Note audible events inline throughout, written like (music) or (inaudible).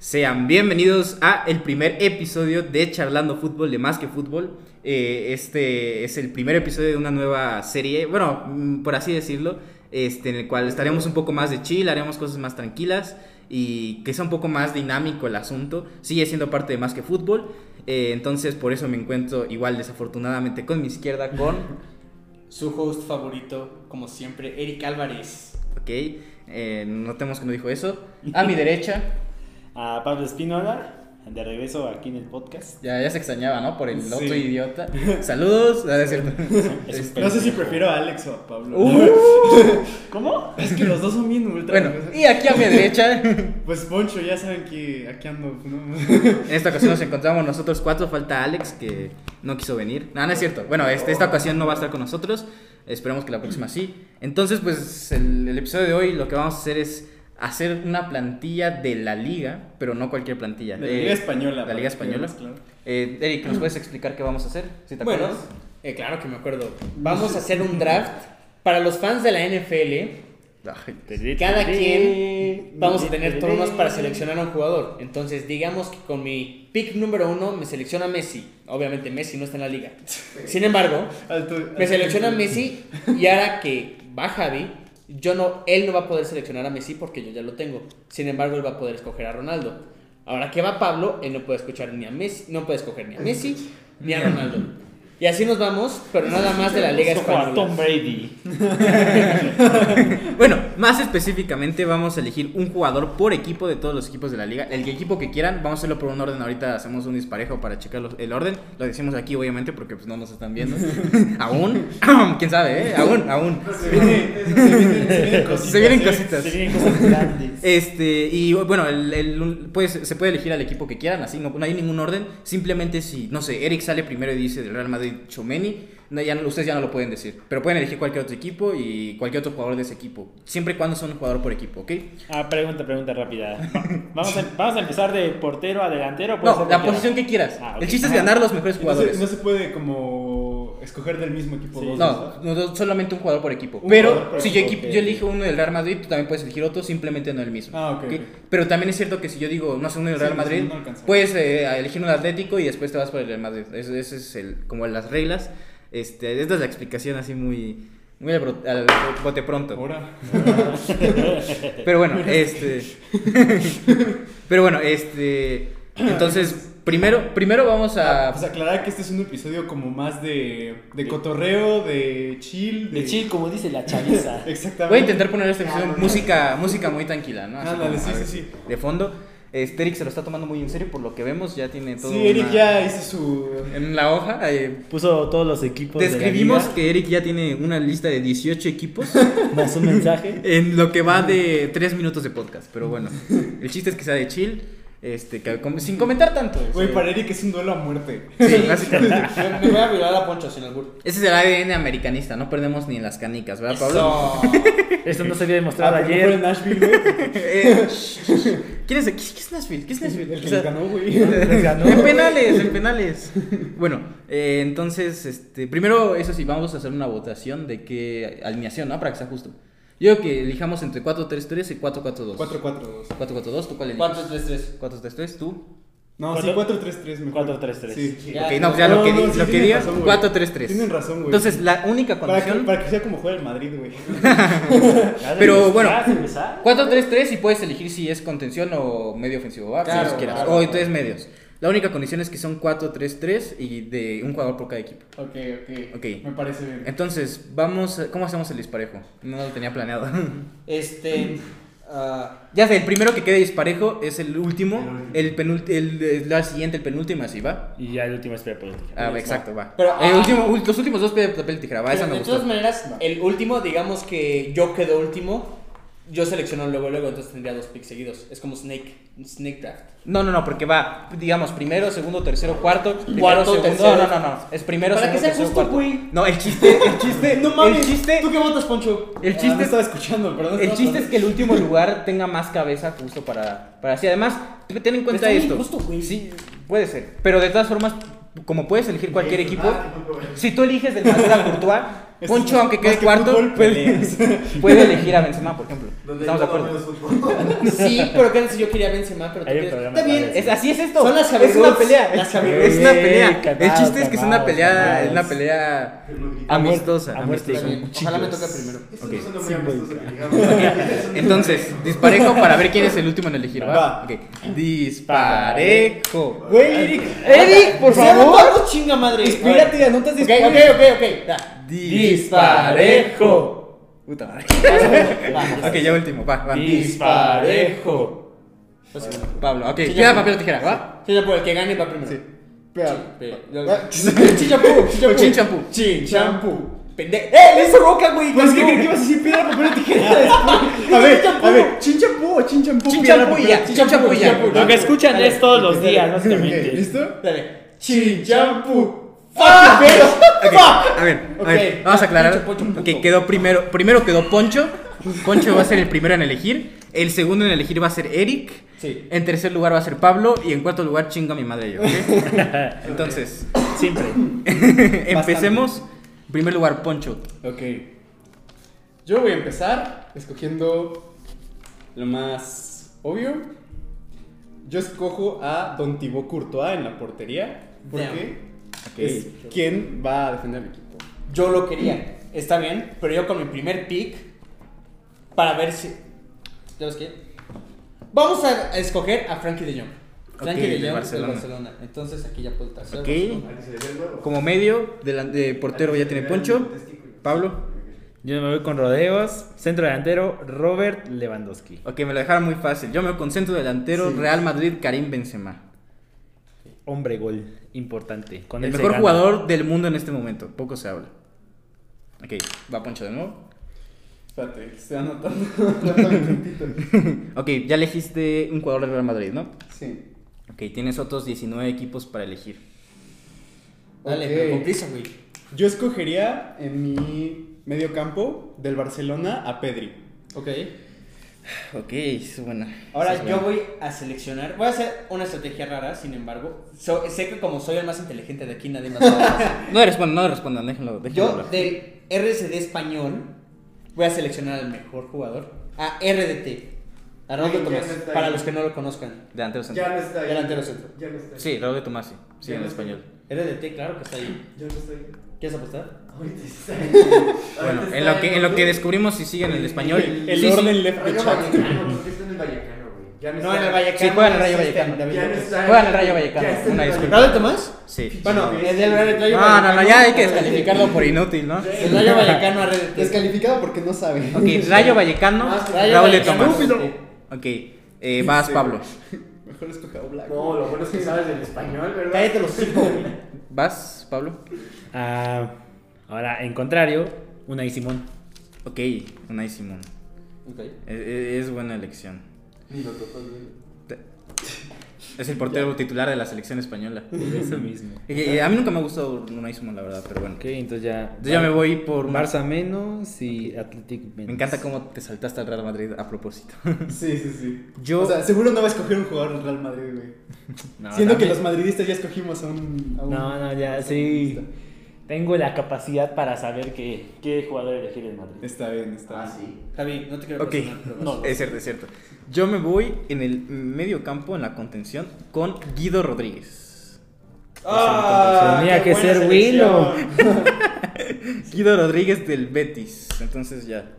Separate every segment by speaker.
Speaker 1: Sean bienvenidos a el primer episodio de Charlando Fútbol de Más que Fútbol. Eh, este es el primer episodio de una nueva serie, bueno, mm, por así decirlo, este, en el cual estaremos un poco más de chill, haremos cosas más tranquilas y que sea un poco más dinámico el asunto. Sigue siendo parte de Más que Fútbol, eh, entonces por eso me encuentro igual desafortunadamente con mi izquierda con,
Speaker 2: Su host favorito, como siempre, Eric Álvarez.
Speaker 1: ok, eh, notemos que no dijo eso, a mi derecha.
Speaker 3: a Pablo Espínola, de regreso aquí en el podcast.
Speaker 1: Ya, ya se extrañaba, ¿no? Por el otro
Speaker 2: Sí.
Speaker 1: idiota. Saludos. Ah, no es
Speaker 2: (laughs)
Speaker 1: cierto. Este,
Speaker 3: Es un
Speaker 2: No sé si
Speaker 3: pendejo.
Speaker 2: prefiero a Alex o a Pablo. (laughs)
Speaker 4: Uh.
Speaker 3: ¿Cómo?
Speaker 2: Es que los dos son bien ultra.
Speaker 1: Bueno, y aquí a mi derecha, en
Speaker 2: Pues Poncho, ya saben que aquí ando.
Speaker 4: (laughs)
Speaker 2: ¿no?
Speaker 1: esta ocasión nos encontramos nosotros cuatro, falta Alex que no quiso venir. No, no es cierto. Bueno, este- esta ocasión no va a estar con nosotros, esperemos que la próxima sí. Entonces, pues el, el episodio de hoy lo que vamos a hacer es hacer una plantilla de la liga, pero no cualquier plantilla.
Speaker 2: De la
Speaker 1: Eh,
Speaker 2: Liga Española.
Speaker 1: La Liga Española.
Speaker 2: Claro.
Speaker 1: Eh, Eric, ¿nos puedes explicar qué vamos a hacer? Si te
Speaker 4: Bueno,
Speaker 1: acuerdas.
Speaker 4: eh, claro que me acuerdo. Vamos a hacer un draft para los fans de la NFL.
Speaker 1: Ay,
Speaker 4: Cada quien vamos a tener turnos para seleccionar a un jugador. Entonces, digamos que con mi pick número uno me selecciona Messi. Obviamente, Messi no está en la liga. Sin embargo,
Speaker 2: Alto- alto-
Speaker 4: me selecciona Messi y ahora que va Javi, yo no, él no va a poder seleccionar a Messi porque yo ya lo tengo. Sin embargo, él va a poder escoger a Ronaldo. Ahora que va Pablo, él no puede escuchar ni a Messi, no puede escoger ni a Messi ni a Ronaldo. Y así nos vamos, pero nada más de la Liga
Speaker 3: Escojo a Tom
Speaker 4: Española.
Speaker 3: Brady.
Speaker 1: Bueno, más específicamente vamos a elegir un jugador por equipo de todos los equipos de la liga. El equipo que quieran, vamos a hacerlo por un orden. Ahorita hacemos un disparejo para checar los- el orden. Lo decimos aquí, obviamente, porque pues, no nos están viendo. aún, (clears throat) quién sabe, ¿eh? Aún, aún.
Speaker 2: (laughs) Se viene- se viene- se vienen cositas.
Speaker 1: Se vienen
Speaker 2: ¿eh?
Speaker 1: cositas.
Speaker 3: Se vienen cosas grandes.
Speaker 1: Este, y bueno, el- el- pues, se puede elegir al equipo que quieran, así no, no hay ningún orden. Simplemente si, no sé, Eric sale primero y dice del Real Madrid Chomeni, no, ya no- ustedes ya no lo pueden decir. Pero pueden elegir cualquier otro equipo y cualquier otro jugador de ese equipo. Siempre y cuando son un jugador por equipo, ¿ok?
Speaker 3: Ah, pregunta, pregunta rápida. Vamos a, vamos a empezar de portero a delantero. ¿puede
Speaker 1: No,
Speaker 3: ser
Speaker 1: la
Speaker 3: cualquiera?
Speaker 1: posición que quieras.
Speaker 3: Ah, ok.
Speaker 1: El chiste es
Speaker 3: Ajá.
Speaker 1: ganar los mejores
Speaker 2: No se,
Speaker 1: jugadores.
Speaker 2: no se puede como escoger del mismo equipo
Speaker 3: Sí.
Speaker 2: dos.
Speaker 1: No, no, no, solamente un jugador por equipo.
Speaker 2: Un
Speaker 1: Pero
Speaker 2: jugador por
Speaker 1: si yo,
Speaker 3: equipo,
Speaker 1: equi-
Speaker 3: ok.
Speaker 1: yo elijo uno del Real Madrid, tú también puedes elegir otro, simplemente no el mismo.
Speaker 2: Ah, ok,
Speaker 1: ¿ok?
Speaker 2: ok.
Speaker 1: Pero también es cierto que si yo digo, no sé, uno del
Speaker 2: Sí,
Speaker 1: Real
Speaker 2: no,
Speaker 1: Madrid,
Speaker 2: no alcanza.
Speaker 1: puedes eh, elegir uno del Atlético y después te vas por el Real Madrid. Eso, eso es el, como las reglas. Este, esta es la explicación así muy, muy al, bro- al bote pronto.
Speaker 2: Ahora.
Speaker 3: (laughs)
Speaker 1: Pero
Speaker 2: (laughs)
Speaker 1: bueno, este. (laughs) pero bueno, este. Entonces, primero, primero vamos a.
Speaker 2: Pues aclarar que este es un episodio como más de, de cotorreo, de chill.
Speaker 3: De chill, como dice la chaviza.
Speaker 2: Exactamente.
Speaker 1: Voy a intentar poner esta episodio música, música muy tranquila, ¿no? Así
Speaker 2: Ándale,
Speaker 1: como,
Speaker 2: sí,
Speaker 1: a ver,
Speaker 2: sí, sí.
Speaker 1: De fondo. Este, Eric se lo está tomando muy en serio, por lo que vemos, ya tiene todo.
Speaker 2: Sí, Eric
Speaker 1: una-
Speaker 2: ya hizo su.
Speaker 1: En la hoja. eh,
Speaker 3: Puso todos los equipos.
Speaker 2: Pues,
Speaker 1: describimos que Eric ya tiene una lista de 18
Speaker 2: (laughs)
Speaker 1: equipos
Speaker 3: Más un mensaje.
Speaker 1: en lo que va de 3 minutos de podcast. Pero bueno, el chiste es que sea de chill, este, que com- sin comentar tanto.
Speaker 2: Güey,
Speaker 1: Sí.
Speaker 2: para Eric es un duelo a muerte.
Speaker 1: Sí,
Speaker 2: (laughs)
Speaker 1: básicamente.
Speaker 4: Me me voy a violar a Poncho sin albur.
Speaker 1: Ese es el ADN americanista, no perdemos ni en las canicas, ¿verdad, Pablo?
Speaker 2: (laughs)
Speaker 4: Eso.
Speaker 3: Esto no se había
Speaker 2: Ah,
Speaker 3: demostrado
Speaker 2: pero no fue en
Speaker 3: ayer.
Speaker 2: Nashville,
Speaker 1: (laughs)
Speaker 2: güey.
Speaker 1: Eh, shh, shh, shh. ¿Quién es, ¿Qué es Nashville? ¿Qué es Nashville?
Speaker 2: El
Speaker 1: O
Speaker 2: que
Speaker 1: sea,
Speaker 2: nos ganó, güey. (laughs)
Speaker 3: Les ganó.
Speaker 1: En penales, en penales. Bueno, eh, entonces, este, primero, eso sí, vamos a hacer una votación de qué alineación, ¿no? Para que sea justo. Yo creo que elijamos entre 4-3-3 y 4-4-2.
Speaker 2: 4-4-2.
Speaker 1: 4-4-2, ¿tú cuál eliges?
Speaker 4: 4-3-3.
Speaker 1: 4-3-3, tú.
Speaker 2: No,
Speaker 3: Cuatro-
Speaker 2: sí, 4-3-3 mejor.
Speaker 3: 4-3-3.
Speaker 2: Sí.
Speaker 4: Ya,
Speaker 1: ok, no, pues ya lo
Speaker 2: No,
Speaker 1: que, di-
Speaker 2: no, sí
Speaker 1: lo que
Speaker 2: tienen
Speaker 1: digas,
Speaker 2: razón, güey.
Speaker 1: 4-3-3.
Speaker 2: Tienen razón, güey.
Speaker 1: Entonces, la única
Speaker 2: Para que,
Speaker 1: condición.
Speaker 2: para que sea como juega el Madrid, güey.
Speaker 1: Pero bueno.
Speaker 3: Ah, ¿Ya se empezar?
Speaker 1: 4-3-3 y puedes elegir si es contención o medio ofensivo, ¿va?
Speaker 4: Claro,
Speaker 1: si los quieras.
Speaker 4: claro.
Speaker 1: o tres medios. La única condición es que son 4-3-3 y de un jugador por cada equipo.
Speaker 2: Ok, ok.
Speaker 1: Ok.
Speaker 2: Me parece bien.
Speaker 1: Entonces, vamos, a- ¿cómo hacemos el disparejo? No lo tenía planeado. (laughs)
Speaker 4: Este. ah,
Speaker 1: ya sé, el primero que quede disparejo es el último,
Speaker 2: El
Speaker 1: el penúltimo, el, el- la siguiente, el penúltimo, así, ¿va?
Speaker 3: Y ya el último espera por el último.
Speaker 1: Ah, exacto, va.
Speaker 4: Pero,
Speaker 1: El
Speaker 4: ah.
Speaker 1: último- ul- los últimos dos pide papel tijera, va, esa
Speaker 4: Pero
Speaker 1: me
Speaker 4: de todas
Speaker 1: gustó.
Speaker 4: maneras, el último, digamos que yo quedo último, yo selecciono luego, luego, entonces tendría dos picks seguidos. Es como Snake, un Snake
Speaker 1: (laughs)
Speaker 4: Draft.
Speaker 1: No, no, no, porque va, digamos, primero, segundo, tercero, cuarto, primero,
Speaker 4: Cuarto,
Speaker 1: segundo,
Speaker 4: tercero.
Speaker 1: no, no, no, es primero,
Speaker 4: Para que
Speaker 1: segundo,
Speaker 4: sea
Speaker 1: tercero,
Speaker 4: justo,
Speaker 1: cuarto.
Speaker 4: güey.
Speaker 1: No, el chiste, el chiste,
Speaker 2: Eh, No mames.
Speaker 1: el chiste,
Speaker 2: ¿Tú qué votas, Poncho?
Speaker 1: El
Speaker 2: Ah,
Speaker 1: chiste-
Speaker 2: no estaba escuchando, perdón.
Speaker 1: El
Speaker 2: estaba
Speaker 1: chiste es
Speaker 2: hablando.
Speaker 1: que el último lugar tenga más cabeza justo para, para así. Además, ten en cuenta
Speaker 4: está bien
Speaker 1: esto.
Speaker 4: injusto, güey.
Speaker 1: sí, puede
Speaker 2: Ah, (laughs)
Speaker 1: ser. Pero de todas formas, como puedes elegir cualquier equipo, si tú eliges del Madrid a Courtois,
Speaker 2: Esto
Speaker 1: Poncho,
Speaker 2: es
Speaker 1: aunque
Speaker 2: más
Speaker 1: quede
Speaker 2: que
Speaker 1: cuarto,
Speaker 2: fútbol,
Speaker 1: puede,
Speaker 2: peleas.
Speaker 1: (laughs) puede elegir a Benzema, por ejemplo. Estamos de acuerdo.
Speaker 5: acuerdo.
Speaker 4: Sí, pero qué tal si yo quería Benzema, pero tú
Speaker 3: Hay un
Speaker 4: quieres-
Speaker 3: problema
Speaker 4: Está bien.
Speaker 3: con
Speaker 1: Es, así es esto.
Speaker 4: Son las
Speaker 1: es una
Speaker 4: Javier
Speaker 1: pelea.
Speaker 4: Woods, las Javier
Speaker 1: es una
Speaker 3: Woods.
Speaker 1: pelea.
Speaker 3: Calmaos,
Speaker 1: El chiste es que es una
Speaker 3: calmaos,
Speaker 1: pelea,
Speaker 3: calmaos.
Speaker 1: es una pelea amistosa.
Speaker 3: A
Speaker 1: amistosa.
Speaker 3: muerte,
Speaker 4: Está bien. Ojalá me toque
Speaker 3: cuchillos.
Speaker 4: primero.
Speaker 5: Esto no suena muy amistoso que
Speaker 1: Entonces, disparejo para ver quién es el último en elegir, ¿va?
Speaker 2: Va.
Speaker 1: Ok. Disparejo.
Speaker 2: Güey, Eric.
Speaker 1: Eric, por
Speaker 4: Se
Speaker 1: favor.
Speaker 4: algo chinga madre.
Speaker 2: Inspírate, anotas
Speaker 4: Ok,
Speaker 2: después.
Speaker 4: ok, ok, ok. Da.
Speaker 1: Disparejo. Puta madre.
Speaker 4: Va.
Speaker 1: Ok, ya último, va, va.
Speaker 4: Disparejo. Pues,
Speaker 1: Pablo, ok.
Speaker 4: Sí, ya.
Speaker 1: Piedra, papel o tijera, ¿va?
Speaker 4: Chilla por pues, el que gane va primero.
Speaker 2: Espera. Ah,
Speaker 4: Pe- Chin champú, chin champú.
Speaker 1: Chin champú.
Speaker 4: Chin champú. Pendejo. ¡Eh! ¡Le hizo roca, güey!
Speaker 2: Pues
Speaker 4: No.
Speaker 2: que creí que ibas a decir piedra, papel o (laughs) tijera después. A ver, a ver, chinchampú o chinchampú.
Speaker 1: Chin
Speaker 2: piedra,
Speaker 1: champú y
Speaker 2: papel o
Speaker 1: ya,
Speaker 2: tijera?
Speaker 1: chin champú y ya.
Speaker 4: champú.
Speaker 3: Lo que escuchan es todos los días,
Speaker 2: Ok,
Speaker 3: básicamente.
Speaker 2: ¿Listo?
Speaker 4: Dale.
Speaker 2: Chin champú.
Speaker 1: Ok, A
Speaker 2: Ah,
Speaker 1: ver, a ver,
Speaker 4: Ok.
Speaker 1: vamos a aclarar.
Speaker 4: Poncho, Poncho,
Speaker 1: Ok,
Speaker 4: puto.
Speaker 1: quedó primero, primero quedó Poncho. Poncho va a ser el primero en elegir. El segundo en elegir va a ser Eric.
Speaker 4: Sí.
Speaker 1: En tercer lugar va a ser Pablo. Y en cuarto lugar, chinga mi madre
Speaker 4: (laughs)
Speaker 1: yo. ¿ok? Entonces, (laughs)
Speaker 3: Siempre.
Speaker 1: empecemos. En primer lugar, Poncho.
Speaker 2: Ok. Yo voy a empezar escogiendo lo más obvio. Yo escojo a Don Thibaut Courtois en la portería porque es quien va a defender al equipo.
Speaker 4: Yo lo quería. Está bien. Pero yo con mi primer pick. Para ver si. ¿Sabes qué? Vamos a a escoger a Frankie de Jong. Frankie
Speaker 1: Ok,
Speaker 4: de
Speaker 1: de
Speaker 4: Jong del
Speaker 1: Barcelona.
Speaker 4: Barcelona. Entonces aquí ya puedo estar.
Speaker 1: Ok.
Speaker 5: Como
Speaker 1: Como medio, delan- de portero ya tiene Poncho. Pablo.
Speaker 3: Yo me voy con rodeos. Centro delantero, Robert Lewandowski.
Speaker 1: Ok, me lo dejaron muy fácil. Yo me concentro delantero, Real Madrid, Karim Benzema.
Speaker 3: Hombre gol. Importante. Con
Speaker 1: El
Speaker 3: él se
Speaker 1: mejor
Speaker 3: gana.
Speaker 1: jugador del mundo en este momento. Poco se habla. Ok, va Poncho de nuevo.
Speaker 2: Espérate, que estoy
Speaker 5: (laughs)
Speaker 2: anotando. Dame tantito.
Speaker 1: Ok, ya elegiste un jugador del Real Madrid, ¿no?
Speaker 2: sí.
Speaker 1: Ok, tienes otros 19 equipos para elegir.
Speaker 4: Dale,
Speaker 2: Ok.
Speaker 4: pero con prisa, güey.
Speaker 2: Yo escogería en mi medio campo del Barcelona a Pedri.
Speaker 4: Ok.
Speaker 1: Ok, es buena.
Speaker 4: Ahora
Speaker 1: Esa es
Speaker 4: yo
Speaker 1: buena.
Speaker 4: voy a seleccionar. Voy a hacer una estrategia rara, sin embargo. So- sé que como soy el más inteligente de aquí, nadie más lo va a hacer.
Speaker 1: No respondan, no respondan, déjenlo. déjenlo
Speaker 4: Yo
Speaker 1: hablar.
Speaker 4: del RCD español voy a seleccionar al mejor jugador. A RDT. A Ronaldo
Speaker 5: Ya
Speaker 4: Tomás.
Speaker 5: no está
Speaker 4: Para
Speaker 5: ahí.
Speaker 4: los que no lo conozcan.
Speaker 1: Delantero central.
Speaker 5: Ya no está ahí.
Speaker 4: Delantero centro.
Speaker 5: Ya no está ahí.
Speaker 1: Sí, Raúl de Tomás, sí. Sí,
Speaker 5: Ya
Speaker 1: en
Speaker 5: no
Speaker 1: español.
Speaker 4: RDT, claro que está ahí.
Speaker 5: Ya no está ahí.
Speaker 4: ¿Quieres apostar?
Speaker 5: Ahorita está ahí.
Speaker 2: (laughs)
Speaker 1: Bueno,
Speaker 5: Ahorita
Speaker 1: en
Speaker 5: está
Speaker 1: lo que, en lo que
Speaker 5: Honduras.
Speaker 1: descubrimos si siguen el español.
Speaker 2: El
Speaker 1: Sí, sí.
Speaker 2: orden left de
Speaker 5: Rayo
Speaker 2: chat.
Speaker 5: Vallecano, porque está en el Vallecano, güey. Ya no
Speaker 4: No,
Speaker 5: está
Speaker 4: en el
Speaker 5: ahí.
Speaker 4: Vallecano. este,
Speaker 1: Sí, juega en el Rayo
Speaker 4: no existe,
Speaker 1: Vallecano.
Speaker 4: David
Speaker 5: Ya no
Speaker 4: López.
Speaker 5: está ahí.
Speaker 1: Juega en el Rayo Vallecano,
Speaker 5: Ya está en
Speaker 1: una
Speaker 5: el
Speaker 1: disculpa.
Speaker 4: ¿Ronaldo Tomás?
Speaker 1: Sí.
Speaker 4: Bueno, el del Rayo
Speaker 1: No,
Speaker 4: Vallecano.
Speaker 1: no, no, ya hay que descalificarlo por inútil, ¿no?
Speaker 4: El Rayo Vallecano a RDT.
Speaker 2: Descalificado porque no sabe.
Speaker 1: Ok,
Speaker 2: (laughs)
Speaker 1: Rayo Vallecano,
Speaker 4: Ah, Rayo
Speaker 1: Raúl de
Speaker 4: Vallecano,
Speaker 1: Tomás.
Speaker 4: RDT.
Speaker 1: Ok, eh, vas Pablo.
Speaker 2: Mejor escoja a Black.
Speaker 5: No, lo bueno es que sabes del español, ¿verdad?
Speaker 4: Cállate los cinco, güey.
Speaker 1: Vas, Pablo.
Speaker 3: Ah, ahora, en contrario, Unai Simón.
Speaker 1: Ok, Unai Simón. E- e- Es, buena elección.
Speaker 5: Ni lo tocó, güey.
Speaker 1: (laughs) Es el portero titular de la selección española.
Speaker 3: (laughs) Eso mismo.
Speaker 1: Y- y a mí nunca me ha gustado Unai Simón, la verdad, pero bueno.
Speaker 3: Ok, entonces ya.
Speaker 1: Yo ya me voy por un-
Speaker 3: Barça menos y Athletic menos.
Speaker 1: Me encanta cómo te saltaste al Real Madrid a propósito.
Speaker 2: Sí, sí, sí.
Speaker 1: Yo-
Speaker 2: O sea, seguro no va a escoger un jugador del Real Madrid, güey.
Speaker 3: (laughs)
Speaker 1: (laughs)
Speaker 3: No,
Speaker 2: Siendo que
Speaker 3: también-
Speaker 2: los madridistas ya escogimos a un. a un-
Speaker 3: No, no, ya, sí. Tengo la capacidad para saber qué, qué jugador elegir en Madrid.
Speaker 2: Está bien, está
Speaker 5: Ah,
Speaker 2: bien.
Speaker 5: sí.
Speaker 4: Javi, no te quiero
Speaker 1: ok,
Speaker 4: presionar, pero vas.
Speaker 3: No.
Speaker 1: es cierto, es cierto. Yo me voy en el medio campo, en la contención, con Guido Rodríguez.
Speaker 2: Pues,
Speaker 4: Ah,
Speaker 3: Tenía
Speaker 4: qué
Speaker 3: que
Speaker 4: buena
Speaker 3: ser
Speaker 4: selección.
Speaker 1: Guido Rodríguez del Betis. Entonces ya,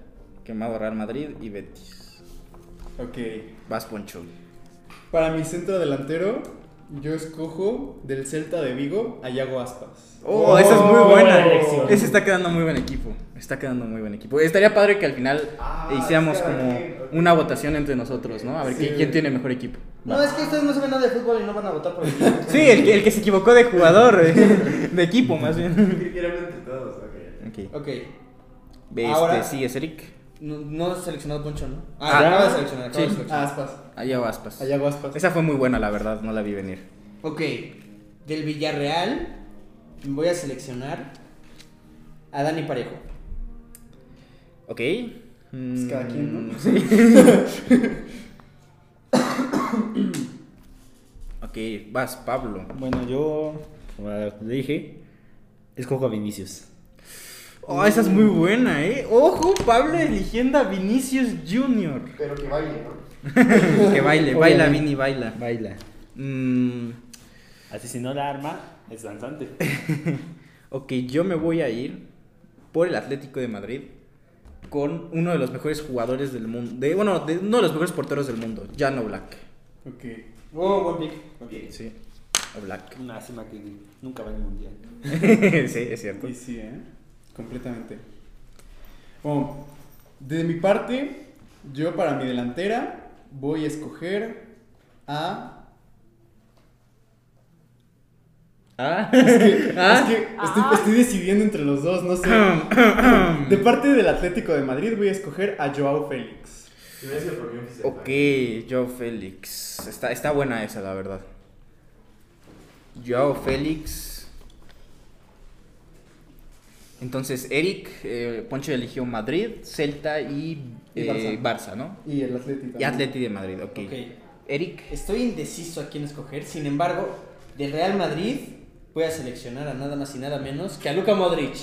Speaker 1: quemado Real Madrid y Betis.
Speaker 2: Ok.
Speaker 1: Vas, Poncho.
Speaker 2: Para mi centro delantero, yo escojo del Celta de Vigo a Yago Aspas.
Speaker 1: Oh, esa es muy
Speaker 3: buena
Speaker 1: buena.
Speaker 3: elección.
Speaker 1: Ese está quedando muy buen equipo. Está quedando muy buen equipo. Estaría padre que al final
Speaker 5: Ah,
Speaker 1: hiciéramos
Speaker 5: está
Speaker 1: como
Speaker 5: bien, ok.
Speaker 1: una votación entre nosotros, ¿no? A ver
Speaker 2: Sí.
Speaker 1: quién- quién tiene mejor equipo.
Speaker 4: No, es que ustedes no saben nada de fútbol y no van a votar por mí.
Speaker 1: (laughs) Sí, el, que- el que se equivocó de jugador, eh, (laughs) de equipo más
Speaker 5: (laughs)
Speaker 1: bien.
Speaker 5: Eran entre todos, ok.
Speaker 1: Ok.
Speaker 4: Ok.
Speaker 1: Ve,
Speaker 4: Ahora-
Speaker 1: Este, sí, es Eric.
Speaker 4: No, no has seleccionado Poncho, ¿no?
Speaker 1: Ah,
Speaker 4: Ah, acaba
Speaker 1: ya.
Speaker 4: de seleccionar, acaba de
Speaker 1: Sí.
Speaker 4: seleccionar.
Speaker 2: A Aspas.
Speaker 1: Allá vas, Paz.
Speaker 2: A Yago Aspas.
Speaker 1: Esa fue muy buena, la verdad, no la vi venir.
Speaker 4: Ok. Del Villarreal voy a seleccionar a Dani Parejo.
Speaker 1: Ok.
Speaker 2: Pues cada quien,
Speaker 1: Mm,
Speaker 2: ¿no?
Speaker 1: Sí. ok, vas, Pablo.
Speaker 3: Bueno, yo, como dije, escojo a Vinicius.
Speaker 1: Oh, esa es muy buena, ¿eh? Ojo, Pablo eligiendo a Vinicius Jr.
Speaker 5: Pero que baile, ¿no?
Speaker 1: (laughs) que baile, baila,
Speaker 4: Obviamente.
Speaker 1: Vini, baila.
Speaker 4: Baila.
Speaker 1: Mm,
Speaker 3: Así si no la arma, es danzante.
Speaker 1: ok, yo me voy a ir por el Atlético de Madrid con uno de los mejores jugadores del mundo. De, bueno, de uno de los mejores porteros del mundo, Jan Oblak.
Speaker 2: Ok. Oh, buen pick. buen pick.
Speaker 1: Sí, Oblak. (laughs)
Speaker 3: Una lástima que nunca va al mundial.
Speaker 1: sí, es cierto.
Speaker 2: Y sí, ¿eh? Completamente. Bueno, de mi parte, yo para mi delantera voy a escoger a...
Speaker 1: (laughs) Ah,
Speaker 2: Es que, es que estoy, estoy decidiendo entre los dos, no
Speaker 1: (coughs)
Speaker 2: sé. De parte del Atlético de Madrid voy a escoger a Joao Félix.
Speaker 5: Si hubiera sido por mí, oficial.
Speaker 1: ok, Joe Félix. Está, está buena esa, la verdad. Joe Félix. Entonces, Eric, eh, Poncho eligió Madrid, Celta y,
Speaker 2: Y
Speaker 1: eh, Barça. ¿no?
Speaker 2: Y el Atlético.
Speaker 1: Y Atleti de Madrid, ok.
Speaker 4: Ok.
Speaker 1: Eric,
Speaker 4: Estoy indeciso a quién escoger. Sin embargo, del Real Madrid voy a seleccionar a nada más y nada menos que a Luka Modric.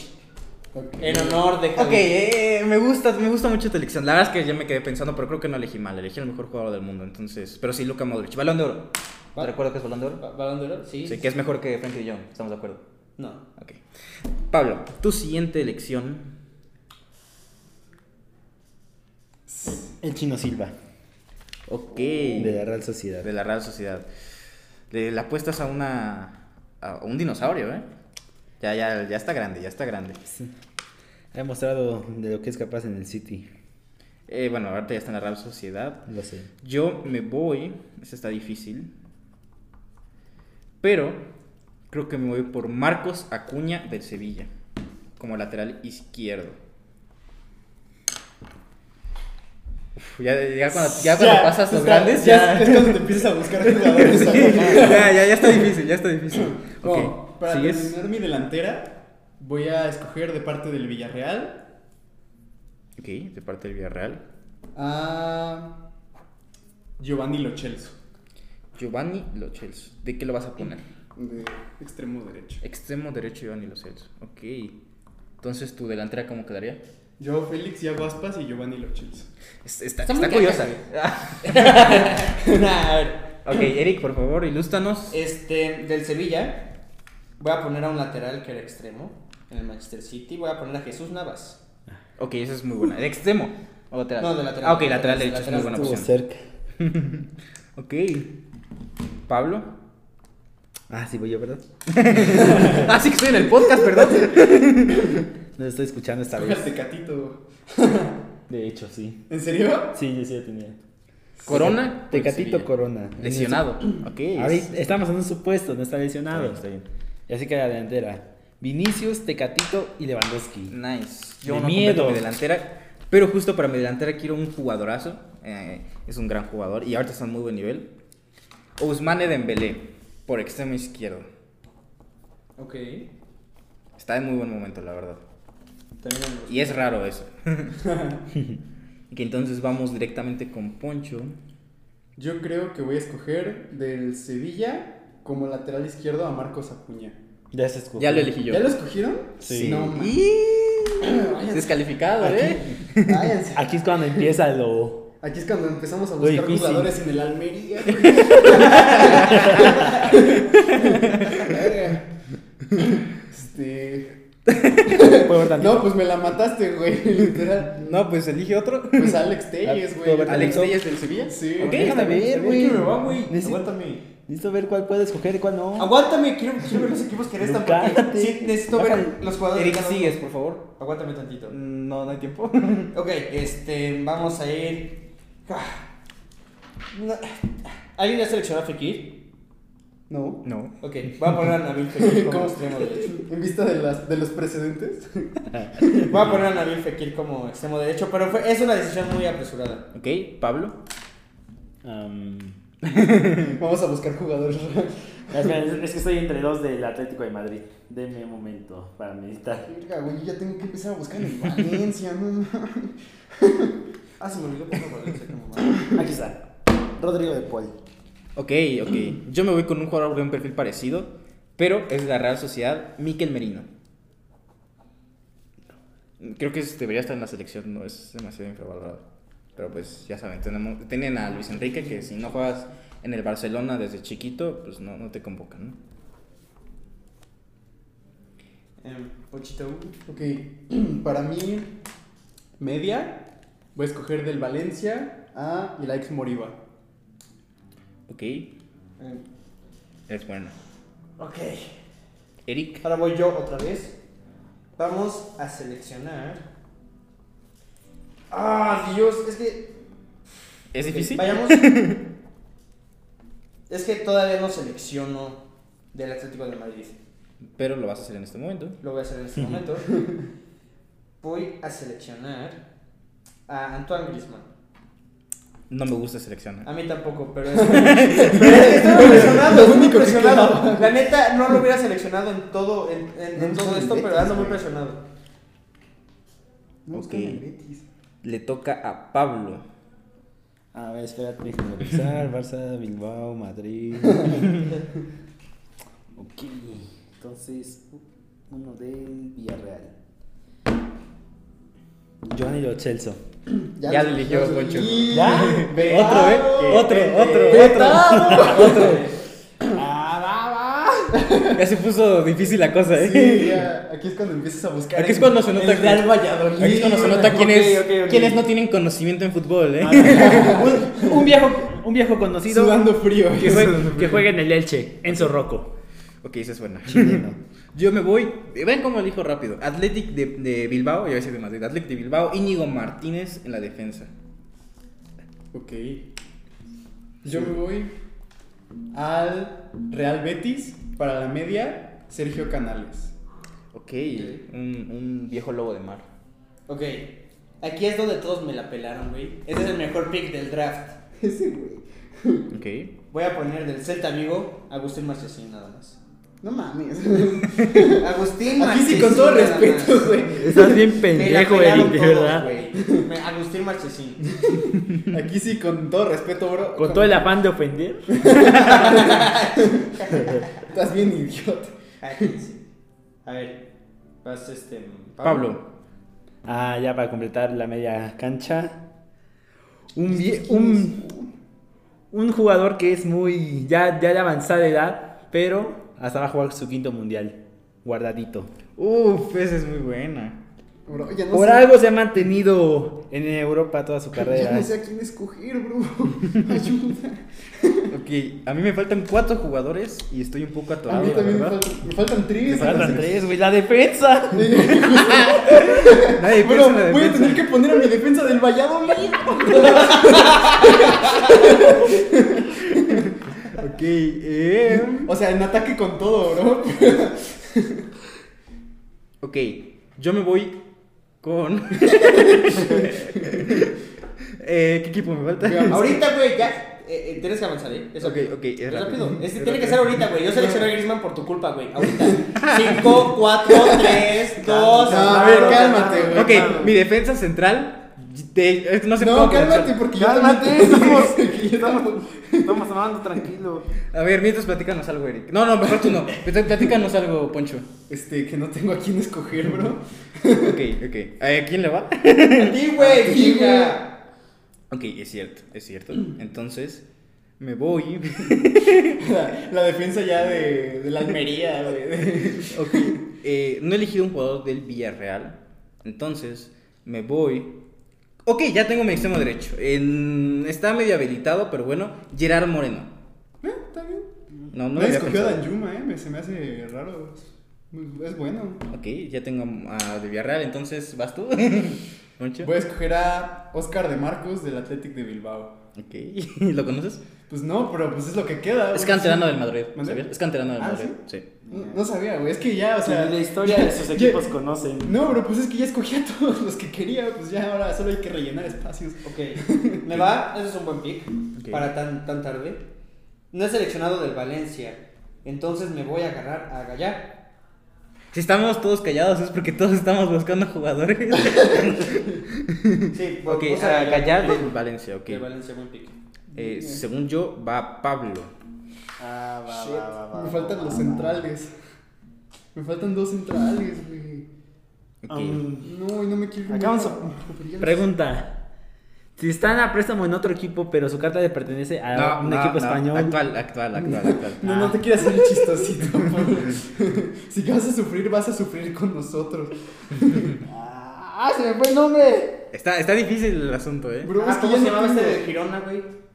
Speaker 4: En honor de Javi.
Speaker 1: Ok, eh, me gusta, me gusta mucho tu elección. La verdad es que ya me quedé pensando, pero creo que no elegí mal. Elegí el mejor jugador del mundo, entonces. Pero sí, Luka Modric. Balón de oro. ¿Te
Speaker 4: Va.
Speaker 1: recuerdas que es balón de oro?
Speaker 4: ¿Ba- ¿Balón de oro? Sí.
Speaker 1: Sí, que es mejor que Frankie de Jong, estamos de acuerdo.
Speaker 4: No. (laughs)
Speaker 1: Ok. Pablo, tu siguiente elección.
Speaker 3: El chino Silva,
Speaker 1: Ok.
Speaker 3: de la Real Sociedad.
Speaker 1: De la Real Sociedad. Le la apuestas a una. a un dinosaurio, ¿eh? Ya, ya, ya está grande, ya está grande.
Speaker 3: Ha demostrado de lo que es capaz en el City.
Speaker 1: Eh, bueno, ahorita ya está en la Real Sociedad.
Speaker 3: Lo sé.
Speaker 1: Yo me voy. Esa está difícil. Pero creo que me voy por Marcos Acuña del Sevilla. Como lateral izquierdo. Uf, ya, ya cuando, ya cuando pasas los grandes, ya.
Speaker 2: ya es cuando te empiezas a buscar
Speaker 1: (laughs)
Speaker 2: jugadores.
Speaker 1: Sí, ya, ya, ya está difícil, ya está difícil. Ok,
Speaker 2: Bueno, para
Speaker 1: ¿sigues?
Speaker 2: terminar mi delantera, voy a escoger de parte del Villarreal
Speaker 1: Ok, de parte del Villarreal.
Speaker 2: a Giovanni Lo Celso,
Speaker 1: Giovanni Lo Celso. ¿De qué lo vas a poner?
Speaker 2: de extremo derecho.
Speaker 1: Extremo derecho Giovanni Lo Celso. Ok. Entonces, ¿tu delantera cómo quedaría?
Speaker 2: Joao Félix, Iago Aspas y Giovanni Lo Celso.
Speaker 1: Es- Está,
Speaker 4: Está
Speaker 1: está,
Speaker 4: muy
Speaker 1: curiosa.
Speaker 4: Nah, a ver.
Speaker 1: (laughs) ok, Eric, por favor, ilústanos.
Speaker 4: Este, del Sevilla, voy a poner a un lateral que era extremo en el Manchester City. Voy a poner a Jesús Navas.
Speaker 1: Ok, esa es muy buena. ¿De extremo o lateral?
Speaker 4: No, de lateral.
Speaker 1: Ah, ok, lateral
Speaker 4: De
Speaker 1: derecho es muy
Speaker 4: lateral
Speaker 1: buena
Speaker 4: estuvo
Speaker 1: opción.
Speaker 3: cerca.
Speaker 1: Ok. Pablo.
Speaker 3: Ah, sí, voy yo, ¿verdad?
Speaker 1: (laughs) Ah, sí, que estoy en el podcast, perdón.
Speaker 3: No lo estoy escuchando esta
Speaker 2: Escoge al
Speaker 3: vez.
Speaker 2: Tecatito.
Speaker 3: De hecho, sí.
Speaker 2: ¿En serio?
Speaker 3: Sí, yo sí lo tenía.
Speaker 1: Corona. por el
Speaker 3: Tecatito
Speaker 1: Sevilla.
Speaker 3: Corona.
Speaker 1: Lesionado. Ok. es-
Speaker 3: Ahorita estamos en un supuesto, no está lesionado.
Speaker 1: Está bien, está
Speaker 3: Y así que la delantera. Vinicius, Tecatito y Lewandowski.
Speaker 1: Nice.
Speaker 3: De
Speaker 1: Yo no
Speaker 3: miedo.
Speaker 1: miedo. mi delantera. Pero justo para mi delantera quiero un jugadorazo. eh, es un gran jugador y ahorita está en muy buen nivel. Ousmane Dembélé por extremo izquierdo.
Speaker 2: Ok.
Speaker 1: Está en muy buen momento, la verdad.
Speaker 2: También
Speaker 1: Y es raro eso.
Speaker 2: (laughs)
Speaker 1: que entonces vamos directamente con Poncho.
Speaker 2: Yo creo que voy a escoger del Sevilla como lateral izquierdo a Marcos Acuña.
Speaker 3: Ya se escuchó.
Speaker 1: Ya lo elegí yo.
Speaker 2: ¿Ya lo escogieron?
Speaker 3: Sí.
Speaker 2: No, man.
Speaker 1: Y- Descalificado, ¿eh? (laughs)
Speaker 2: Váyanse.
Speaker 3: Aquí es cuando empieza lo.
Speaker 2: Aquí es cuando empezamos a
Speaker 3: Lo
Speaker 2: buscar
Speaker 3: difícil.
Speaker 2: jugadores en el Almería. güey. este...
Speaker 3: Puedo ver tantito.
Speaker 2: No, pues me la mataste, güey. (laughs) Literal.
Speaker 1: No, pues elige otro.
Speaker 2: Pues Alex Telles, güey.
Speaker 1: Alex Telles del Sevilla.
Speaker 2: Sí.
Speaker 1: Ok,
Speaker 2: Déjame
Speaker 1: está bien,
Speaker 2: ver,
Speaker 1: está bien.
Speaker 2: güey.
Speaker 3: que me va, güey. Necesito-
Speaker 2: Aguántame.
Speaker 3: Listo, ver cuál puede escoger y cuál no.
Speaker 4: Aguántame, quiero, quiero ver los equipos que restan porque
Speaker 3: Cállate.
Speaker 4: sí, necesito ver
Speaker 3: Bájale.
Speaker 4: los jugadores. de
Speaker 1: Erika,
Speaker 4: cada uno.
Speaker 1: sigues, por favor.
Speaker 4: Aguántame tantito.
Speaker 1: No, no hay tiempo.
Speaker 4: (laughs) Ok, este, vamos a ir. Ah. No. ¿Alguien ya seleccionó a Fekir?
Speaker 2: No.
Speaker 1: No.
Speaker 4: Ok, voy a poner a Nabil Fekir (laughs) como extremo derecho.
Speaker 2: En vista de, las, de los precedentes.
Speaker 4: Voy a poner a Nabil Fekir como extremo derecho, pero fue- es una decisión muy apresurada.
Speaker 1: Ok, Pablo.
Speaker 3: Am,
Speaker 2: (laughs) Vamos a buscar jugadores.
Speaker 3: (laughs) espera, es es que estoy entre dos del Atlético de Madrid. Deme un momento para meditar. (laughs)
Speaker 2: Verga, güey, yo ya tengo que empezar a buscar en el Valencia, no
Speaker 4: Ah, se me olvidó como
Speaker 3: Aquí está. Rodrigo de Paul.
Speaker 1: Ok, ok. Yo me voy con un jugador de un perfil parecido, pero es de la Real Sociedad, Miquel Merino. Creo que es- debería estar en la selección, no es demasiado infravalorado. Pero pues ya saben, tenemos, tienen a Luis Enrique que si no juegas en el Barcelona desde chiquito, pues no, no te convocan, ¿no?
Speaker 4: Em, Pochito.
Speaker 2: Ok, (clears throat) para mí, media, voy a escoger del Valencia a Ilaix Moriba.
Speaker 1: Ok,
Speaker 4: Em,
Speaker 1: es bueno.
Speaker 4: ok.
Speaker 1: Eric,
Speaker 4: Ahora voy yo otra vez. Vamos a seleccionar. Ah, Dios, es que
Speaker 1: ¿es
Speaker 4: Ok,
Speaker 1: difícil?
Speaker 4: Vayamos. es que todavía no selecciono del Atlético de Madrid.
Speaker 1: Pero lo vas a hacer en este momento.
Speaker 4: Lo voy a hacer en este momento. Voy a seleccionar a Antoine Griezmann.
Speaker 1: No me gusta seleccionar.
Speaker 2: Ah.
Speaker 4: A mí tampoco, pero es. (laughs) estoy impresionado, estoy muy impresionado. La neta, no lo hubiera seleccionado en todo, en, en- en todo esto, pero ando muy impresionado.
Speaker 1: No, es que en el Le toca a Pablo. (laughs)
Speaker 3: A ver, espérate, déjame (laughs) pensar. Barça, Bilbao, Madrid. (laughs) ok, entonces uno del Villarreal. Giovanni Lo Celso.
Speaker 1: Ya, lo eligió Poncho.
Speaker 3: ¿Ya?
Speaker 2: (laughs) Ve- ah,
Speaker 3: ¿Otro, eh? Otro, otro,
Speaker 2: (laughs)
Speaker 3: otro. Ah,
Speaker 1: Ya se puso difícil la cosa, ¿eh?
Speaker 2: Sí, ya, aquí es cuando empiezas a buscar.
Speaker 1: Aquí es cuando se nota
Speaker 2: el Real Valladolid.
Speaker 1: Aquí es cuando se nota quiénes,
Speaker 4: Ok, ok, ok.
Speaker 1: quiénes no tienen conocimiento en fútbol, ¿eh? (laughs)
Speaker 3: un, un viejo, un viejo conocido
Speaker 2: Sudando (laughs) frío.
Speaker 3: que,
Speaker 4: (laughs)
Speaker 3: juega, que juega en el Elche, Enzo Rocco.
Speaker 1: ok, eso es buena. Yo me voy. Ven cómo elijo rápido. Athletic de, de Bilbao, yo voy a decir de Madrid. Athletic de Bilbao, Íñigo Martínez en la defensa.
Speaker 2: Ok. Yo me voy al Real Betis para la media, Sergio Canales.
Speaker 1: Ok, un, un viejo lobo de mar.
Speaker 4: Ok, aquí es donde todos me la pelaron, güey. Ese es el mejor pick del draft.
Speaker 1: Ok.
Speaker 4: Voy a poner del Celta amigo Agustín Marchesín nada más.
Speaker 2: No mames.
Speaker 4: (laughs) Agustín
Speaker 2: Aquí sí,
Speaker 4: Marchesín.
Speaker 2: con todo
Speaker 4: nada más.
Speaker 2: respeto, güey.
Speaker 3: Estás bien
Speaker 4: Me la
Speaker 3: pendejo,
Speaker 4: pelaron
Speaker 3: Eric, de
Speaker 4: todos,
Speaker 3: verdad.
Speaker 4: güey. Me- Agustín Marchesín.
Speaker 2: (laughs) Aquí sí, con todo respeto, bro.
Speaker 3: Con todo el afán de ofender.
Speaker 2: Estás bien idiota.
Speaker 4: Aquí sí. A ver, vas este.
Speaker 1: Pablo.
Speaker 3: Ah, ya para completar la media cancha. Un, vie- un, un jugador que es muy. Ya, ya de avanzada edad, pero hasta va a jugar su quinto mundial. Guardadito.
Speaker 1: Uf, esa es muy buena.
Speaker 2: Bro, ya no
Speaker 3: Por
Speaker 2: sé.
Speaker 3: algo se ha mantenido en Europa toda su
Speaker 2: Ya
Speaker 3: carrera.
Speaker 2: no sé a quién escoger, bro. Ayuda.
Speaker 1: Ok, a mí me faltan cuatro jugadores y estoy un poco
Speaker 2: A
Speaker 1: atorado.
Speaker 2: mí también me
Speaker 1: ¿verdad?
Speaker 2: faltan, me faltan
Speaker 3: Me
Speaker 2: tres.
Speaker 3: (laughs) faltan
Speaker 2: (laughs)
Speaker 3: tres, (laughs) güey. La defensa.
Speaker 1: Nadie piensa
Speaker 2: Bueno,
Speaker 1: en la
Speaker 2: voy a
Speaker 1: defensa.
Speaker 2: tener que poner a mi defensa del Valladolid.
Speaker 1: Ok, eh.
Speaker 2: O sea, en ataque con todo, bro.
Speaker 1: Ok, yo me voy con. (laughs) eh, ¿Qué equipo me falta? (laughs)
Speaker 4: Ahorita, güey, ya. eh, eh, tienes que avanzar, ¿eh? Es
Speaker 1: Ok,
Speaker 4: rápido.
Speaker 1: ok, es rápido.
Speaker 4: rápido. Este
Speaker 1: Es
Speaker 4: tiene que
Speaker 1: rápido.
Speaker 4: ser ahorita, güey. Yo seleccioné a Griezmann por tu culpa, güey. Ahorita.
Speaker 1: (laughs)
Speaker 4: 5, 4, 3, 2.
Speaker 2: No, a ver, cálmate, güey.
Speaker 1: Ok, mi defensa central. de- eh, no sé
Speaker 2: No,
Speaker 1: cómo
Speaker 2: cálmate,
Speaker 1: comenzar.
Speaker 2: porque
Speaker 6: Cálmate,
Speaker 2: yo también-
Speaker 6: estamos-
Speaker 2: (laughs) que yo también-
Speaker 6: Estamos hablando tranquilo.
Speaker 1: A ver, mientras platícanos algo, Eric. No, no, mejor tú no. Plat- Platícanos algo, Poncho.
Speaker 2: Este, que no tengo a quién escoger, bro.
Speaker 1: Ok, ok. ¿A quién le va?
Speaker 4: A ti, güey, chica.
Speaker 1: Ok, es cierto, es cierto. Entonces, me voy.
Speaker 2: La, la defensa ya de, de la Almería, güey. (laughs) de-
Speaker 1: Ok, eh, no he elegido un jugador del Villarreal. Entonces, me voy. Ok, ya tengo mi extremo derecho. En- Está medio habilitado, pero bueno, Gerard Moreno.
Speaker 2: Eh, está bien.
Speaker 1: No, no, lo
Speaker 2: No
Speaker 1: había
Speaker 2: escogió a
Speaker 1: pensado.
Speaker 2: Danjuma, eh. me- Se me hace raro. Es- Es bueno.
Speaker 1: Ok, ya tengo a de Villarreal, entonces vas tú. Moncho.
Speaker 2: Voy a escoger a Oscar de Marcos del Athletic de Bilbao.
Speaker 1: Ok, (laughs) ¿lo conoces?
Speaker 2: Pues no, pero pues es lo que queda.
Speaker 1: Es
Speaker 2: güey.
Speaker 1: canterano del Madrid,
Speaker 2: ¿Mande?
Speaker 1: ¿sabías? Es canterano del
Speaker 2: Ah,
Speaker 1: Madrid, sí.
Speaker 2: No, no sabía, güey. Es que ya, o sea.
Speaker 3: la historia de
Speaker 2: (laughs)
Speaker 3: sus
Speaker 2: ya-
Speaker 3: equipos conocen.
Speaker 2: No, bro, pues es que ya escogí a todos los que quería. Pues ya ahora solo hay que rellenar espacios.
Speaker 4: Ok, me va, ese es un buen pick
Speaker 1: Ok.
Speaker 4: para tan, tan tarde. No he seleccionado del Valencia, entonces me voy a agarrar a Gallar.
Speaker 1: Si estamos todos callados es porque todos estamos buscando jugadores.
Speaker 4: Sí,
Speaker 1: ok,
Speaker 4: puse
Speaker 1: a Gallardo. del Valencia, ok.
Speaker 4: Del Valencia, buen pick.
Speaker 1: Eh, según yo, va Pablo.
Speaker 3: Ah, va,
Speaker 2: Oh, Shit, me faltan los centrales. Me faltan dos centrales, güey.
Speaker 1: Ok.
Speaker 3: Um,
Speaker 2: No, y no me quiero.
Speaker 3: Acá vamos a-
Speaker 2: a.
Speaker 3: pregunta. Si están a préstamo en otro equipo, pero su carta le pertenece a
Speaker 1: No,
Speaker 3: un
Speaker 1: no,
Speaker 3: equipo
Speaker 1: no,
Speaker 3: español.
Speaker 1: Actual, actual, actual, actual.
Speaker 2: No, no te quieras hacer el chistosito. (laughs) por- si vas a sufrir, vas a sufrir con nosotros. (laughs)
Speaker 4: ¡Ah! ¡Se me fue el nombre!
Speaker 1: Ah, Está, está difícil el asunto, ¿eh?
Speaker 2: Bro, es que
Speaker 4: ¿Cómo
Speaker 2: ya
Speaker 4: se
Speaker 2: no
Speaker 4: llamaba este
Speaker 2: tengo-
Speaker 4: de Girona, güey?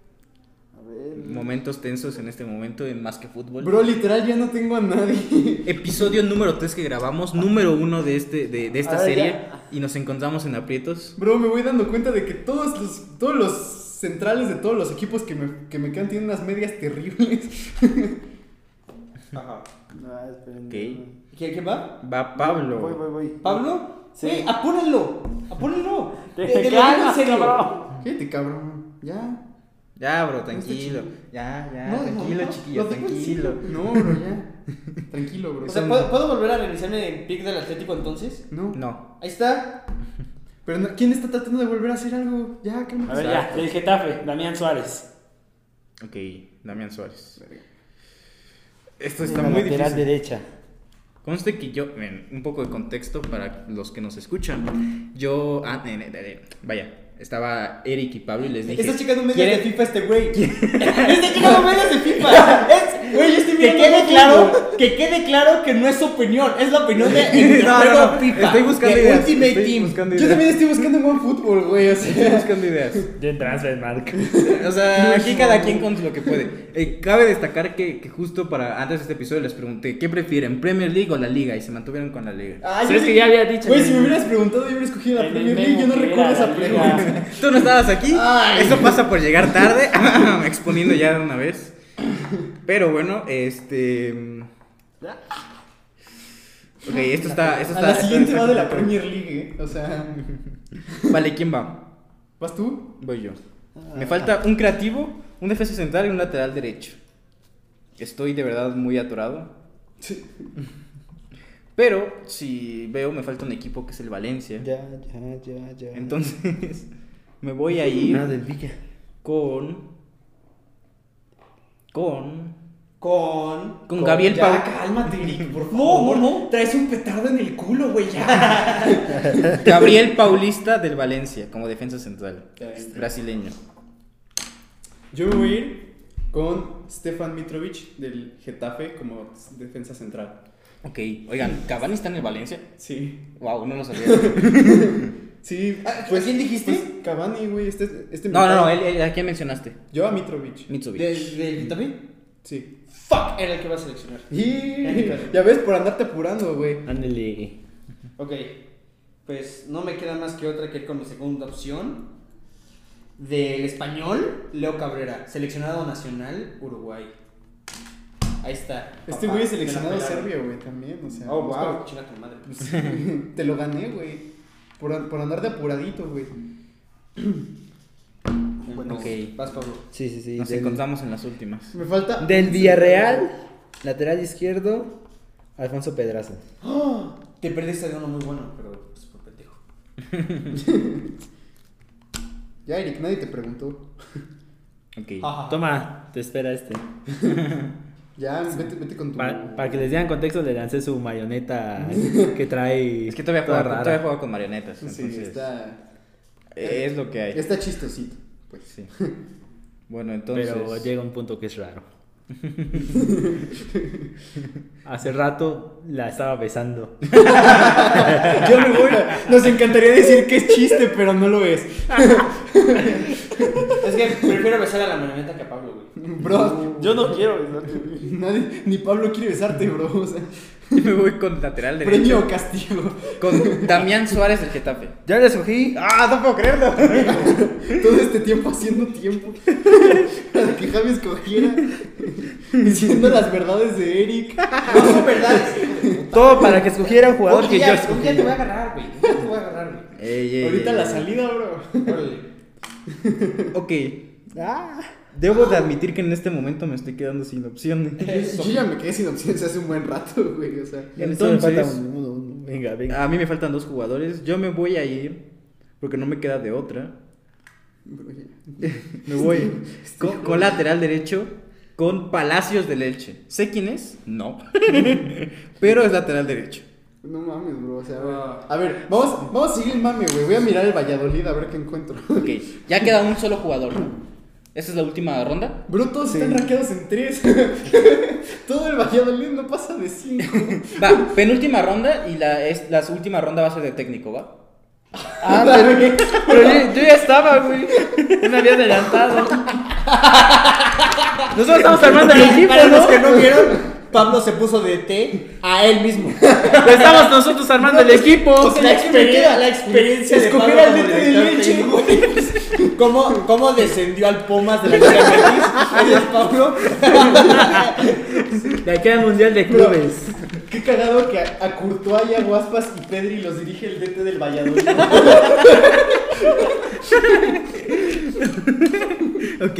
Speaker 1: Momentos tensos en este momento en Más que Fútbol.
Speaker 2: Bro, literal, ya no tengo a nadie.
Speaker 1: Episodio número 3 que grabamos, número 1 de, este, de, de esta
Speaker 4: A ver, ya.
Speaker 1: serie. Y nos encontramos en aprietos.
Speaker 2: Bro, me voy dando cuenta de que todos los, todos los centrales de todos los equipos que me, que me quedan tienen unas medias terribles. (laughs)
Speaker 7: Ajá.
Speaker 4: No, esperen.
Speaker 1: Ok.
Speaker 4: ¿Quién, quién va?
Speaker 1: Va Pablo.
Speaker 4: Voy, voy, voy. ¿Pablo?
Speaker 3: Sí.
Speaker 4: Güey, apúrenlo. Apúrenlo.
Speaker 3: Te
Speaker 4: (laughs) Te- te lo digo en
Speaker 3: calmas,
Speaker 4: serio.
Speaker 3: cabrón.
Speaker 2: Cállate, cabrón. Ya.
Speaker 1: Ya, bro,
Speaker 2: está
Speaker 1: tranquilo.
Speaker 2: chido.
Speaker 1: Ya, ya,
Speaker 2: No,
Speaker 1: tranquilo,
Speaker 2: no, no,
Speaker 1: chiquillo,
Speaker 2: lo tengo en
Speaker 1: tranquilo.
Speaker 2: serio. No, bro, ya. Tranquilo, bro.
Speaker 4: O sea, ¿puedo, puedo volver a revisarme en pick del Atlético entonces?
Speaker 2: No.
Speaker 1: No.
Speaker 4: Ahí está.
Speaker 2: Pero no- ¿quién está tratando de volver a hacer algo? Ya,
Speaker 3: A
Speaker 2: calma.
Speaker 3: ver, ya, del Getafe, Damián Suárez.
Speaker 1: Ok, Damián Suárez. Esto Pues está
Speaker 3: La
Speaker 1: muy
Speaker 3: lateral
Speaker 1: difícil.
Speaker 3: derecha.
Speaker 1: Conste que yo, miren, un poco de contexto para los que nos escuchan. Yo, ah, ne, ne, ne, ne, vaya, estaba Eric y Pablo y les dije.
Speaker 4: Está checando medias
Speaker 1: ¿quieren-
Speaker 4: de FIFA este güey. (laughs) Está checando medias de (laughs) FIFA. Es- este
Speaker 2: Güey, yo estoy
Speaker 4: que
Speaker 2: mirando
Speaker 4: quede
Speaker 2: el
Speaker 4: claro, que quede claro que no es su opinión, es la opinión (laughs) de
Speaker 1: (laughs)
Speaker 4: el
Speaker 1: No, no,
Speaker 4: juego
Speaker 1: no,
Speaker 4: FIFA.
Speaker 1: estoy buscando
Speaker 4: de
Speaker 1: ideas,
Speaker 4: Ultimate
Speaker 1: estoy
Speaker 4: Team.
Speaker 1: buscando
Speaker 2: Yo también estoy buscando en OneFootball, güey. O
Speaker 1: Estoy
Speaker 2: sea,
Speaker 1: buscando ideas. (laughs)
Speaker 3: De Transfermark.
Speaker 1: O
Speaker 4: (laughs)
Speaker 1: sea, aquí cada quien con lo que puede. Eh, cabe destacar que, que justo para antes de este episodio les pregunté, ¿qué prefieren, Premier League o la Liga? Y se mantuvieron con la Liga.
Speaker 2: Ay,
Speaker 3: Pero es
Speaker 2: yo-
Speaker 3: que ya había dicho.
Speaker 2: Güey, si me hubieras preguntado, yo hubiera escogido la
Speaker 3: En el
Speaker 2: Premier League. Yo no
Speaker 3: memo que
Speaker 2: recuerdo
Speaker 3: era
Speaker 2: esa
Speaker 3: la (laughs)
Speaker 2: pregunta.
Speaker 3: liga.
Speaker 1: Tú no estabas aquí.
Speaker 2: Ay.
Speaker 1: Eso pasa por llegar tarde, (laughs) exponiendo ya de una vez. Pero bueno, este. Ok, esto está. Esto
Speaker 2: A
Speaker 1: está
Speaker 2: la
Speaker 1: esto
Speaker 2: siguiente
Speaker 1: está
Speaker 2: va de la
Speaker 1: complicado.
Speaker 2: Premier League, ¿eh? O sea, (laughs)
Speaker 1: Vale, ¿quién va?
Speaker 2: ¿vas tú?
Speaker 1: Voy yo.
Speaker 3: Ah.
Speaker 1: Me falta un creativo, un defensa central y un lateral derecho. Estoy de verdad muy atorado. (laughs) Pero si veo, me falta un equipo que es el Valencia.
Speaker 3: Ya, ya, ya, ya.
Speaker 1: Entonces, (laughs) me voy a ir
Speaker 3: Nada del Villa.
Speaker 1: con. Con.
Speaker 4: Con.
Speaker 1: Con Gabriel
Speaker 4: ya,
Speaker 1: Pau-
Speaker 4: Cálmate, Eric, por favor. No, no, no. Traes un petardo en el culo, güey, ya.
Speaker 3: (laughs)
Speaker 1: Gabriel Paulista del Valencia como defensa central. Brasileño.
Speaker 2: Yo me voy a ir con Stefan Mitrovic del Getafe como defensa central.
Speaker 1: Ok, oigan, Cavani está en el Valencia.
Speaker 2: Sí.
Speaker 1: Wow, no lo sabía.
Speaker 3: (laughs)
Speaker 2: Sí.
Speaker 4: Ah, ¿a quién dijiste?
Speaker 2: pues, Cavani, güey. Este, este
Speaker 1: No, no,
Speaker 2: mitad.
Speaker 1: no, eh. él, él- ¿a quién mencionaste?
Speaker 2: Yo a Mitrovic.
Speaker 1: Mitsubishi.
Speaker 4: ¿Del del también?
Speaker 2: Sí.
Speaker 4: Fuck, era el que va a seleccionar.
Speaker 2: Y... Ya ves, por andarte apurando, güey.
Speaker 3: Ándale.
Speaker 4: Ok. Pues no me queda más que otra que ir con mi segunda opción. Del español, Leo Cabrera, seleccionado nacional, Uruguay. Ahí está.
Speaker 2: Este
Speaker 4: Papá,
Speaker 2: güey es
Speaker 4: me la
Speaker 2: seleccionado
Speaker 4: pelaron.
Speaker 2: serbio, güey, también. O sea,
Speaker 4: Oh,
Speaker 2: no es
Speaker 4: wow. Chinga tu madre.
Speaker 2: como- (laughs) Te lo gané, güey. Por, an- por andar de apuradito, güey.
Speaker 4: Bueno,
Speaker 1: Ok.
Speaker 4: vas, Pablo.
Speaker 3: Sí, sí, sí.
Speaker 1: Nos
Speaker 3: del,
Speaker 1: encontramos en las últimas.
Speaker 2: Me falta.
Speaker 3: del Villarreal, lateral izquierdo, Alfonso Pedraza.
Speaker 4: ¡Ah! Te perdiste de uno muy bueno, pero pues por pendejo.
Speaker 2: Ya, Eric, nadie te preguntó.
Speaker 1: Ok.
Speaker 4: Ajá.
Speaker 3: Toma, te espera este.
Speaker 2: Ya, vete, vete con tu.
Speaker 3: Pa- para que les digan contexto, le lancé
Speaker 1: (laughs)
Speaker 3: su marioneta que trae.
Speaker 1: Es que todavía
Speaker 3: toda
Speaker 1: juega,
Speaker 3: rara.
Speaker 1: todavía juega con marionetas.
Speaker 2: Sí,
Speaker 1: entonces,
Speaker 2: está.
Speaker 1: eh, Es lo que hay.
Speaker 2: Está chistosito. Pues.
Speaker 1: Sí. Bueno, entonces.
Speaker 3: Pero llega un punto que es raro. (laughs) Hace rato la estaba besando.
Speaker 2: Yo me voy. Nos encantaría decir que es chiste, pero no lo es.
Speaker 4: Es que prefiero besar a la marioneta que a Pablo, güey.
Speaker 2: Bro,
Speaker 3: Yo no quiero besarte.
Speaker 2: nadie, ni Pablo quiere besarte, bro. O sea,
Speaker 1: Yo (laughs) me voy con lateral
Speaker 2: premio
Speaker 1: derecho.
Speaker 2: o castigo.
Speaker 1: Con Damián Suárez del Getafe.
Speaker 3: Ya le escogí.
Speaker 1: ¡Ah, no puedo creerlo!
Speaker 2: Todo este tiempo haciendo tiempo. Para que Javi escogiera. Diciendo las verdades de Eric.
Speaker 4: No son verdades.
Speaker 3: Todo para que escogiera un jugador
Speaker 4: Un
Speaker 3: que
Speaker 4: día-
Speaker 3: yo
Speaker 4: Un día te
Speaker 3: escogí.
Speaker 4: voy a agarrar, güey. Un día te voy a agarrar, güey.
Speaker 1: Ey, ey,
Speaker 2: Eh, Ahorita
Speaker 1: ey,
Speaker 2: la
Speaker 1: ey.
Speaker 2: salida, bro.
Speaker 4: Órale.
Speaker 1: Ok. Debo de admitir que en este momento me estoy quedando sin opciones.
Speaker 2: Yo ya me quedé sin opciones hace un buen rato, güey. O sea,
Speaker 1: Entonces,
Speaker 3: Venga, venga.
Speaker 1: (laughs) a mí me faltan dos jugadores. Yo me voy a ir porque no me queda de otra.
Speaker 2: bro, ya.
Speaker 1: Me (laughs) voy con, con lateral derecho (laughs) con Palacios del Elche. ¿Sé quién es? No. Pero es lateral derecho.
Speaker 2: No mames, bro. O sea, a ver, a ver, vamos, vamos a seguir el mame, güey. Voy a mirar el Valladolid a ver qué encuentro.
Speaker 1: Ok, ya queda un solo jugador. ¿Esa es la última ronda?
Speaker 2: Bro, todos están rankeados en 3. (laughs) Todo el Valladolid no pasa de 5.
Speaker 1: Va, penúltima ronda y la, es, la última ronda va a ser de técnico, ¿va?
Speaker 3: Ah, pero, pero yo, yo ya estaba, güey. Yo me había adelantado. Nosotros estamos armando el equipo,
Speaker 4: Para los
Speaker 3: ¿no?
Speaker 4: que no vieron, Pablo se puso de T a él mismo.
Speaker 3: Pero estamos nosotros armando el equipo.
Speaker 4: la, experiencia, la experiencia de
Speaker 2: Escupir al
Speaker 4: Pablo como
Speaker 2: DT de
Speaker 4: director
Speaker 2: leche,
Speaker 4: técnico. (laughs) ¿Cómo, cómo descendió al Pumas de la Liga (laughs) MX? Ahí es Pablo.
Speaker 3: De aquí al Mundial de
Speaker 2: Bro.
Speaker 3: Clubes.
Speaker 2: (laughs) Qué cagado que a, a Courtois y a Guaspas y Pedri los dirige el DT del Valladolid.
Speaker 1: Ok.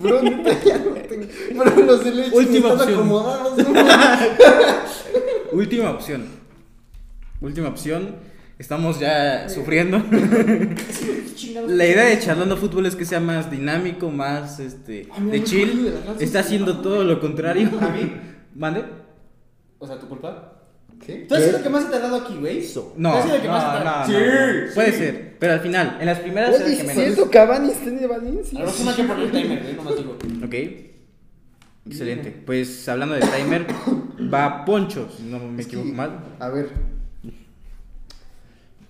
Speaker 2: Bro, neta, ya no tengo. Bro, los de
Speaker 1: Última
Speaker 2: leche Última están
Speaker 1: opción.
Speaker 2: acomodados, "Ah, no mames.
Speaker 1: Última opción. Última opción. Estamos ya (laughs) sufriendo. La idea de charlando fútbol es que sea más dinámico, más este
Speaker 2: Ah, no,
Speaker 1: de
Speaker 2: no, no,
Speaker 1: chill.
Speaker 2: de la raza,
Speaker 1: Está
Speaker 2: sí.
Speaker 1: haciendo todo lo contrario.
Speaker 2: ¿A mí?
Speaker 1: ¿Mande?
Speaker 4: O sea, tu culpa.
Speaker 2: ¿Qué?
Speaker 4: Tú has sido el que más ha tardado aquí, güey.
Speaker 1: No.
Speaker 4: Tú has sido el que
Speaker 1: no,
Speaker 4: más ha
Speaker 1: no,
Speaker 4: tardado. Pues,
Speaker 1: no, no. Puede ser, pero al final, en las primeras era el que menos.
Speaker 2: Cavani está en el Valencia.
Speaker 4: A lo mejor hay que poner el timer, güey, nomás digo.
Speaker 1: Ok. Excelente. Pues hablando de timer, (coughs) va Poncho, si no me equivoco mal.
Speaker 2: A ver.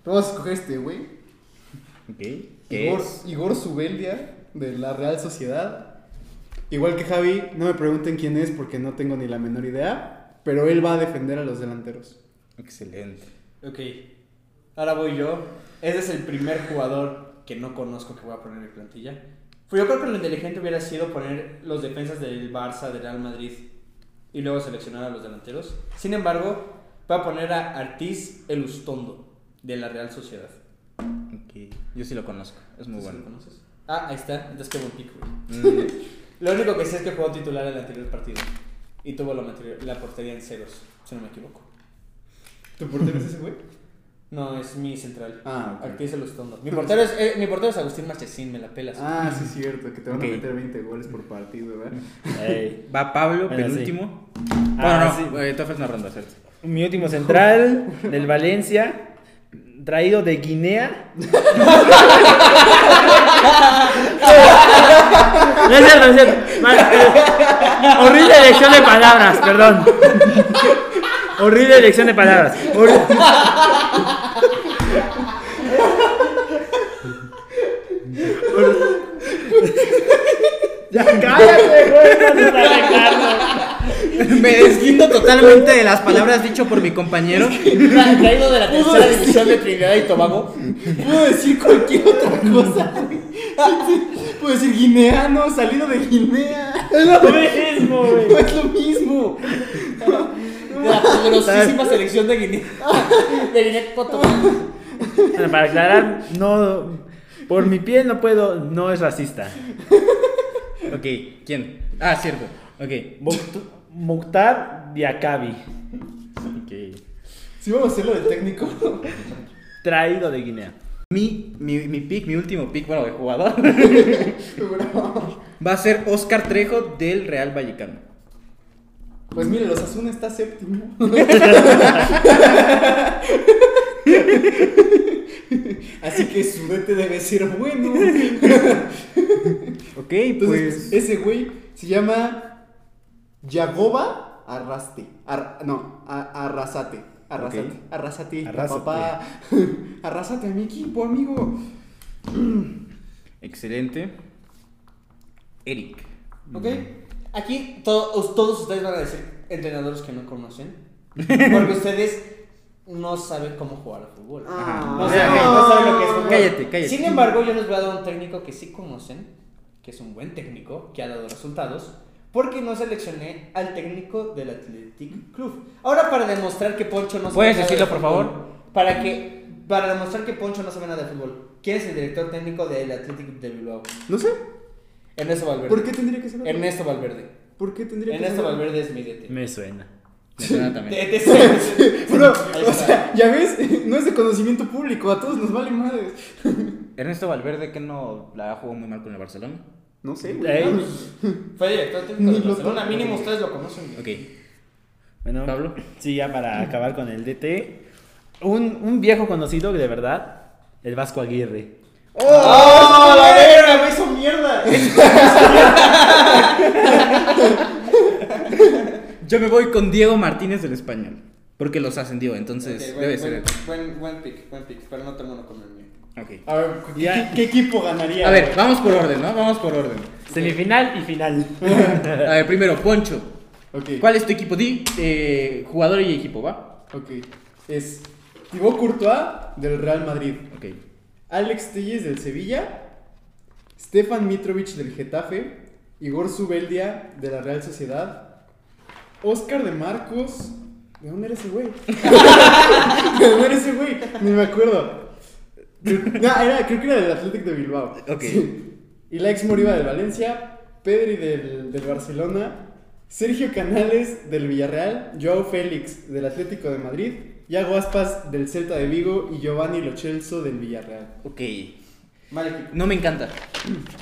Speaker 2: Vamos a escoger este, güey.
Speaker 1: Ok. ¿Qué
Speaker 2: Igor,
Speaker 1: es?
Speaker 2: Igor Zubeldia, de la Real Sociedad. Igual que Javi, no me pregunten quién es porque no tengo ni la menor idea, pero él va a defender a los delanteros.
Speaker 1: Excelente.
Speaker 4: Ok, ahora voy yo. Ese es el primer jugador que no conozco que voy a poner en mi plantilla. Fui yo creo que lo inteligente hubiera sido poner los defensas del Barça, del Real Madrid y luego seleccionar a los delanteros. Sin embargo, voy a poner a Artis Elustondo de la Real Sociedad.
Speaker 1: Ok. Yo sí lo conozco. Es muy
Speaker 4: ¿Tú sí
Speaker 1: bueno.
Speaker 4: lo conoces? Ah, ahí está. Entonces qué buen pick, güey.
Speaker 1: Mm,
Speaker 4: Lo único que sé es que jugó titular en el anterior partido y tuvo la, materi- la portería en ceros, si no me equivoco.
Speaker 2: ¿Tu portero es ese güey?
Speaker 4: No, es mi central.
Speaker 2: Ah, ok.
Speaker 4: Artis Elustondo.
Speaker 2: (laughs)
Speaker 4: Mi portero es, eh, mi portero es Agustín Marchesín, me la pelas.
Speaker 2: Ah, sí, es cierto, que te van
Speaker 1: Ok.
Speaker 2: a meter 20 goles por partido, ¿verdad?
Speaker 3: Ey.
Speaker 1: Mm. Va Pablo,
Speaker 3: Bueno, sí.
Speaker 1: penúltimo.
Speaker 3: Ah,
Speaker 1: bueno, no, eh, tú haces una ronda, ¿cierto? (laughs)
Speaker 3: Mi último (laughs) central del Valencia, traído de Guinea. no es cierto, no es cierto. Mal- eh, Horrible elección de palabras, perdón. Horrible elección de palabras. Hor- Hor- ya cállate, güey, no te está dejando.
Speaker 1: Me desquindo totalmente de las palabras dicho por mi compañero.
Speaker 4: Tra- Traído de la tercera división de Trinidad y
Speaker 2: (laughs)
Speaker 4: Tobago.
Speaker 2: Puedo decir cualquier otra cosa. Puedo decir guineano, salido de Guinea. Es lo
Speaker 3: mismo,
Speaker 2: (laughs)
Speaker 3: güey.
Speaker 2: Es lo mismo.
Speaker 4: De la poderosísima selección de
Speaker 2: (laughs)
Speaker 4: Guinea. De Guinea Cotonou.
Speaker 3: Bueno, para aclarar, no. Por mi piel no puedo. No es racista.
Speaker 1: Ok, ¿quién? Ah, cierto. Ok.
Speaker 3: Mokt- Mokhtar Diakabi,
Speaker 2: Si vamos a hacerlo de técnico.
Speaker 3: traído de Guinea.
Speaker 1: Mi, mi, mi pick, mi último pick, bueno, de jugador,
Speaker 2: Bro.
Speaker 1: va a ser Oscar Trejo del Real Vallecano.
Speaker 2: Pues mire, los Asuna está (laughs) séptimo. Así que su vete debe ser bueno.
Speaker 1: Ok,
Speaker 2: Pues Entonces, ese güey se llama Yagoba Arraste. Ar- no, a- Arrasate. Arrasate.
Speaker 1: Ok.
Speaker 2: Arrasate.
Speaker 3: Arrásate.
Speaker 2: Papá. (laughs) Arrasate a mi equipo, amigo.
Speaker 1: eh, Excelente. Eric.
Speaker 4: ¿Ok? Aquí todos, todos ustedes van a decir entrenadores que
Speaker 1: (laughs)
Speaker 4: no conocen. Porque ustedes no saben cómo jugar al fútbol. No saben, no saben lo que es fútbol.
Speaker 1: Cállate, cállate.
Speaker 4: Sin embargo, yo les voy a dar un técnico que sí conocen, que es un buen técnico, que ha dado resultados, porque no seleccioné al técnico del Athletic Club. Ahora, para demostrar que Poncho no
Speaker 1: ¿Puedes
Speaker 4: sabe nada de
Speaker 1: decirlo, por
Speaker 4: fútbol,
Speaker 1: favor?
Speaker 4: Para, que, para demostrar que Poncho no sabe nada de fútbol, ¿quién es el director técnico del Athletic de Bilbao?
Speaker 2: No sé.
Speaker 4: Ernesto Valverde.
Speaker 2: ¿Por qué tendría que ser?
Speaker 4: Ernesto Valverde.
Speaker 2: ¿Por qué tendría que
Speaker 4: Ernesto
Speaker 2: ser?
Speaker 4: Valverde es
Speaker 1: (laughs)
Speaker 4: mi DT.
Speaker 3: Me suena.
Speaker 1: Me suena
Speaker 4: Te-
Speaker 1: también.
Speaker 4: te- te-
Speaker 2: Bro,
Speaker 4: Ahí
Speaker 2: o
Speaker 4: está.
Speaker 2: sea, ya ves, (laughs) no es de conocimiento público, a todos nos vale madres.
Speaker 1: Ernesto Valverde, que no la jugó muy mal con el Barcelona.
Speaker 2: No sé,
Speaker 3: Ey.
Speaker 2: güey.
Speaker 4: Fue director técnico
Speaker 2: Ni
Speaker 4: de
Speaker 2: lo
Speaker 4: Barcelona,
Speaker 2: toco.
Speaker 4: (laughs) mínimo ustedes lo conocen.
Speaker 1: Ok.
Speaker 3: Bueno,
Speaker 4: Pablo.
Speaker 3: sí, ya para acabar con el DT. Un, un viejo conocido que de verdad, el Vasco Aguirre.
Speaker 2: ¡Oh, la verga! ¡Me hizo mierda!
Speaker 1: Yo me voy con Diego Martínez del Español. Porque los ascendió, entonces
Speaker 5: Ok, buen,
Speaker 1: pues, debe
Speaker 5: buen,
Speaker 1: ser él.
Speaker 5: Buen, buen pick, buen pick, pero no tomo uno con el mío.
Speaker 1: Ok.
Speaker 2: A ver, ¿qué, qué equipo ganaría?
Speaker 1: A ver, vamos por orden, ¿no? Vamos por orden.
Speaker 3: Semifinal y final.
Speaker 1: A ver, primero, Poncho.
Speaker 2: Ok,
Speaker 1: ¿Cuál es tu equipo? Di eh, jugador y equipo, ¿va?
Speaker 2: ok. Es Thibaut Courtois del Real Madrid.
Speaker 1: Ok.
Speaker 2: Alex Telles del Sevilla, Stefan Mitrovic del Getafe, Igor Zubeldia de la Real Sociedad, Oscar de Marcos. ¿De dónde era ese güey? (laughs) ¿De dónde era ese güey? Ni me acuerdo. No, era- creo que era del Athletic de Bilbao.
Speaker 1: Ok.
Speaker 2: Y la ex Moriba del Valencia, Pedri del, del Barcelona, Sergio Canales del Villarreal, Joao Félix del Atlético de Madrid, Iago Aspas del Celta de Vigo y Giovanni Lochelso del Villarreal.
Speaker 1: Ok.
Speaker 5: Mal equipo.
Speaker 1: No me encanta.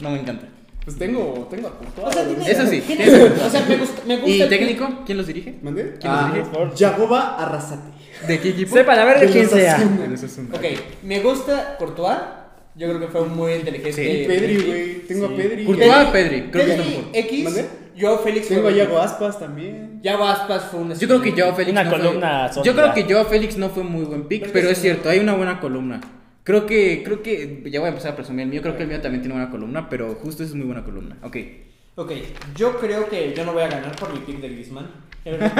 Speaker 1: No me encanta.
Speaker 2: Pues tengo, tengo a Courtois.
Speaker 4: O sea, tiene-
Speaker 1: Eso sí,
Speaker 4: tiene-
Speaker 1: tiene razón.
Speaker 4: o sea, me gusta, me gusta
Speaker 1: ¿Y
Speaker 4: el pick.
Speaker 1: técnico? ¿Quién los dirige?
Speaker 2: ¿Mandé?
Speaker 1: Ah,
Speaker 2: Yagoba Arrasate.
Speaker 1: ¿De qué equipo?
Speaker 3: Sepan a ver de
Speaker 2: De
Speaker 3: quién
Speaker 2: los
Speaker 3: sea.
Speaker 2: Asuna.
Speaker 4: Ok, me gusta Courtois. Yo creo que fue muy inteligente.
Speaker 1: Sí,
Speaker 4: eh,
Speaker 2: Pedri, güey. Tengo a Pedri.
Speaker 1: Courtois, Pedri, creo que
Speaker 4: Pedri,
Speaker 1: están por-
Speaker 4: X.
Speaker 2: ¿Mande?
Speaker 4: Yo, Félix.
Speaker 2: Tengo a
Speaker 4: fue-
Speaker 2: Yago Aspas también.
Speaker 4: Yago Aspas fue un.
Speaker 1: Yo creo que Joao Félix
Speaker 3: Una
Speaker 1: no fue-
Speaker 3: columna
Speaker 1: Yo
Speaker 3: sólida.
Speaker 1: creo que Joao Félix no fue muy buen pick,
Speaker 4: Creo que
Speaker 1: pero
Speaker 4: sí.
Speaker 1: es cierto, hay una buena columna. Creo que, creo que, ya voy a empezar a presumir el mío, creo que el mío también tiene buena columna, pero justo es muy buena columna. Ok.
Speaker 4: Ok, yo creo que yo no voy a ganar por mi pick de Griezmann.
Speaker 1: (laughs)
Speaker 4: Yo creo que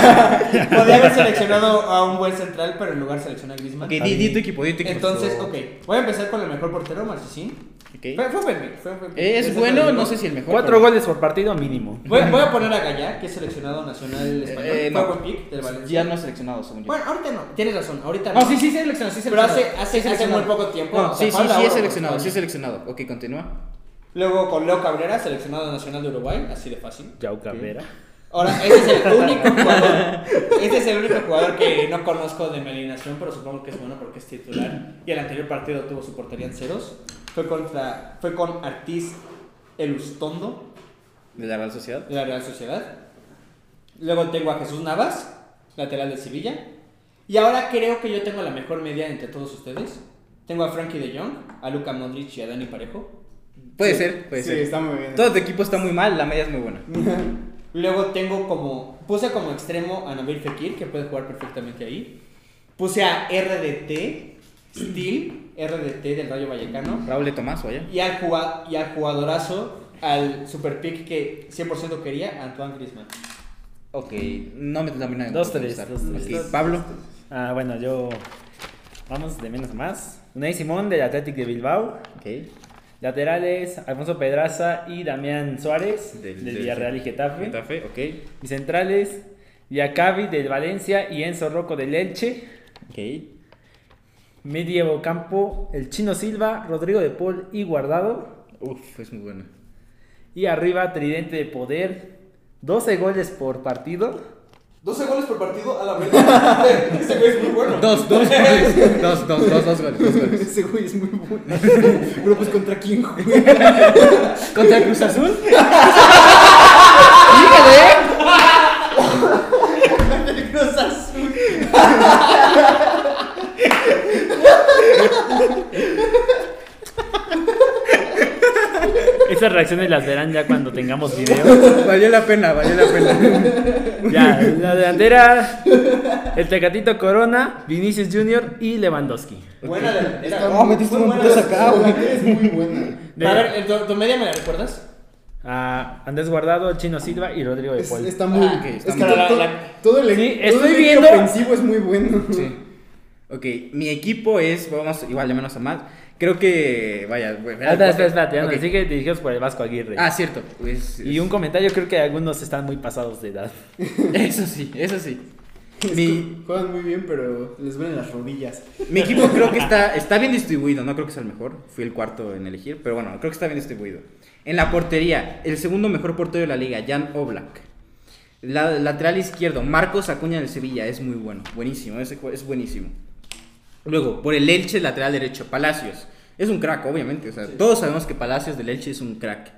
Speaker 4: Podría podría haber seleccionado a un buen central, pero en lugar seleccioné a Griezmann.
Speaker 1: Ok, di, di tu equipo, di tu equipo.
Speaker 4: Entonces, ok, voy a empezar con el mejor portero, Marchesín.
Speaker 1: Ok.
Speaker 4: Fue, fue buen pick, fue buen pick.
Speaker 1: Es
Speaker 4: Ese
Speaker 1: bueno,
Speaker 4: fue el
Speaker 1: no
Speaker 4: mejor.
Speaker 1: sé si el mejor.
Speaker 3: Cuatro
Speaker 1: pero-
Speaker 3: goles por partido mínimo.
Speaker 4: Voy, voy a poner a Gallá, que es seleccionado nacional español.
Speaker 1: Eh,
Speaker 4: fue
Speaker 1: no.
Speaker 4: buen pick del Valencia.
Speaker 1: Ya no ha seleccionado, según yo.
Speaker 4: Bueno, ahorita no, tienes razón, ahorita no.
Speaker 1: No, sí, sí, seleccionado, sí,
Speaker 4: Pero
Speaker 1: seleccionado.
Speaker 4: hace, hace, hace muy poco tiempo.
Speaker 1: No,
Speaker 4: o sea,
Speaker 1: sí, sí,
Speaker 4: fue a la
Speaker 1: sí, es
Speaker 4: Euro,
Speaker 1: seleccionado,
Speaker 4: pues,
Speaker 1: sí, es seleccionado. Ok, continúa.
Speaker 4: Luego con Leo Cabrera, seleccionado nacional de Uruguay, así de fácil.
Speaker 3: Yau Cabrera.
Speaker 4: Ahora, ese es el único jugador. Este es el único jugador que no conozco de mi alineación, pero supongo que es bueno porque es titular. Y el anterior partido tuvo su portería en ceros. Fue contra. Fue con Artis Elustondo
Speaker 1: De la Real Sociedad.
Speaker 4: de la Real Sociedad. Luego tengo a Jesús Navas, lateral de Sevilla. Y ahora creo que yo tengo la mejor media entre todos ustedes. Tengo a Frankie de Jong, a Luca Modric y a Dani Parejo.
Speaker 1: Puede ser, puede
Speaker 2: sí,
Speaker 1: ser.
Speaker 2: está muy bien.
Speaker 1: Todo tu equipo está muy mal, la media es muy buena.
Speaker 4: Luego tengo como. Puse como extremo a Nabil Fekir, que puede jugar perfectamente ahí. Puse a RDT, Steel, RDT del Rayo Vallecano.
Speaker 1: Raúl de Tomás, vaya.
Speaker 4: Y al, juga- y al jugadorazo, al super pick que 100% quería, Antoine Griezmann.
Speaker 1: Ok, no me termina de
Speaker 3: Dos, tres,
Speaker 1: gustar.
Speaker 3: dos, tres.
Speaker 1: Ok,
Speaker 3: Dos, tres.
Speaker 1: Pablo.
Speaker 3: Ah, bueno, yo. Vamos de menos a más. Unai Simón del Athletic de Bilbao.
Speaker 1: Ok.
Speaker 3: Laterales, Alfonso Pedraza y Damián Suárez del,
Speaker 1: Del- del-
Speaker 3: Villarreal y Getafe.
Speaker 1: Getafe, ok.
Speaker 3: Y centrales, Yacabi del Valencia y Enzo Rocco del Elche.
Speaker 1: Ok.
Speaker 3: Medio campo, el Chino Silva, Rodrigo de Paul y Guardado.
Speaker 1: Uf, es muy buena.
Speaker 3: Y arriba, Tridente de Poder, 12 goles por partido.
Speaker 5: 12 goles por partido a la vez. (laughs) Ese güey es muy bueno.
Speaker 1: Dos, dos goles. (laughs) Dos, dos, dos, dos goles. Dos goles.
Speaker 2: (laughs) Ese güey es muy bueno. (laughs) Pero pues contra quién juega.
Speaker 1: ¿Contra Cruz Azul?
Speaker 3: Esas reacciones las verán ya cuando tengamos video.
Speaker 1: Valió la pena, valió la pena.
Speaker 3: Ya, la delantera, el Tecatito Corona, Vinicius Junior y Lewandowski.
Speaker 4: Buena delantera.
Speaker 2: Está
Speaker 4: Muy
Speaker 2: muy buena
Speaker 1: putazo
Speaker 2: la
Speaker 1: acá,
Speaker 2: defensa, Es muy buena.
Speaker 3: De-
Speaker 4: A ver, eh, ¿tu, tu media me la recuerdas?
Speaker 3: a Andrés Guardado, el Chino Silva y Rodrigo de
Speaker 2: Es-
Speaker 3: Paul.
Speaker 2: está muy.
Speaker 4: Ah,
Speaker 1: ok,
Speaker 2: es
Speaker 1: está
Speaker 2: que
Speaker 1: muy-
Speaker 4: la-
Speaker 2: to-
Speaker 4: la-
Speaker 2: todo el
Speaker 3: Sí,
Speaker 2: todo
Speaker 3: estoy
Speaker 2: el
Speaker 3: viendo-
Speaker 2: ofensivo es muy bueno.
Speaker 1: Sí. Ok, mi equipo es, vamos, igual de menos a más. Creo que, vaya, bueno,
Speaker 3: Ah, Espera, espera, espera, ya no,
Speaker 1: Ok.
Speaker 3: sigue dirigidos por el Vasco Aguirre.
Speaker 1: Ah, cierto. es-
Speaker 3: y un comentario, creo que algunos están muy pasados de edad.
Speaker 1: (laughs) Eso sí, eso sí.
Speaker 2: Es
Speaker 1: Mi-
Speaker 2: que Juegan muy bien, pero les duelen las rodillas.
Speaker 1: Mi equipo creo que está, está bien distribuido, no creo que sea el mejor, fui el cuarto en elegir, pero bueno, creo que está bien distribuido. En la portería, el segundo mejor portero de la liga, Jan Oblak. La, lateral izquierdo, Marcos Acuña del Sevilla, es muy bueno, buenísimo, ese jue- es buenísimo. Luego, por el Elche, lateral derecho, Palacios. Es un crack, obviamente. O sea, todos sabemos que Palacios del Elche es un
Speaker 5: (laughs)
Speaker 1: crack.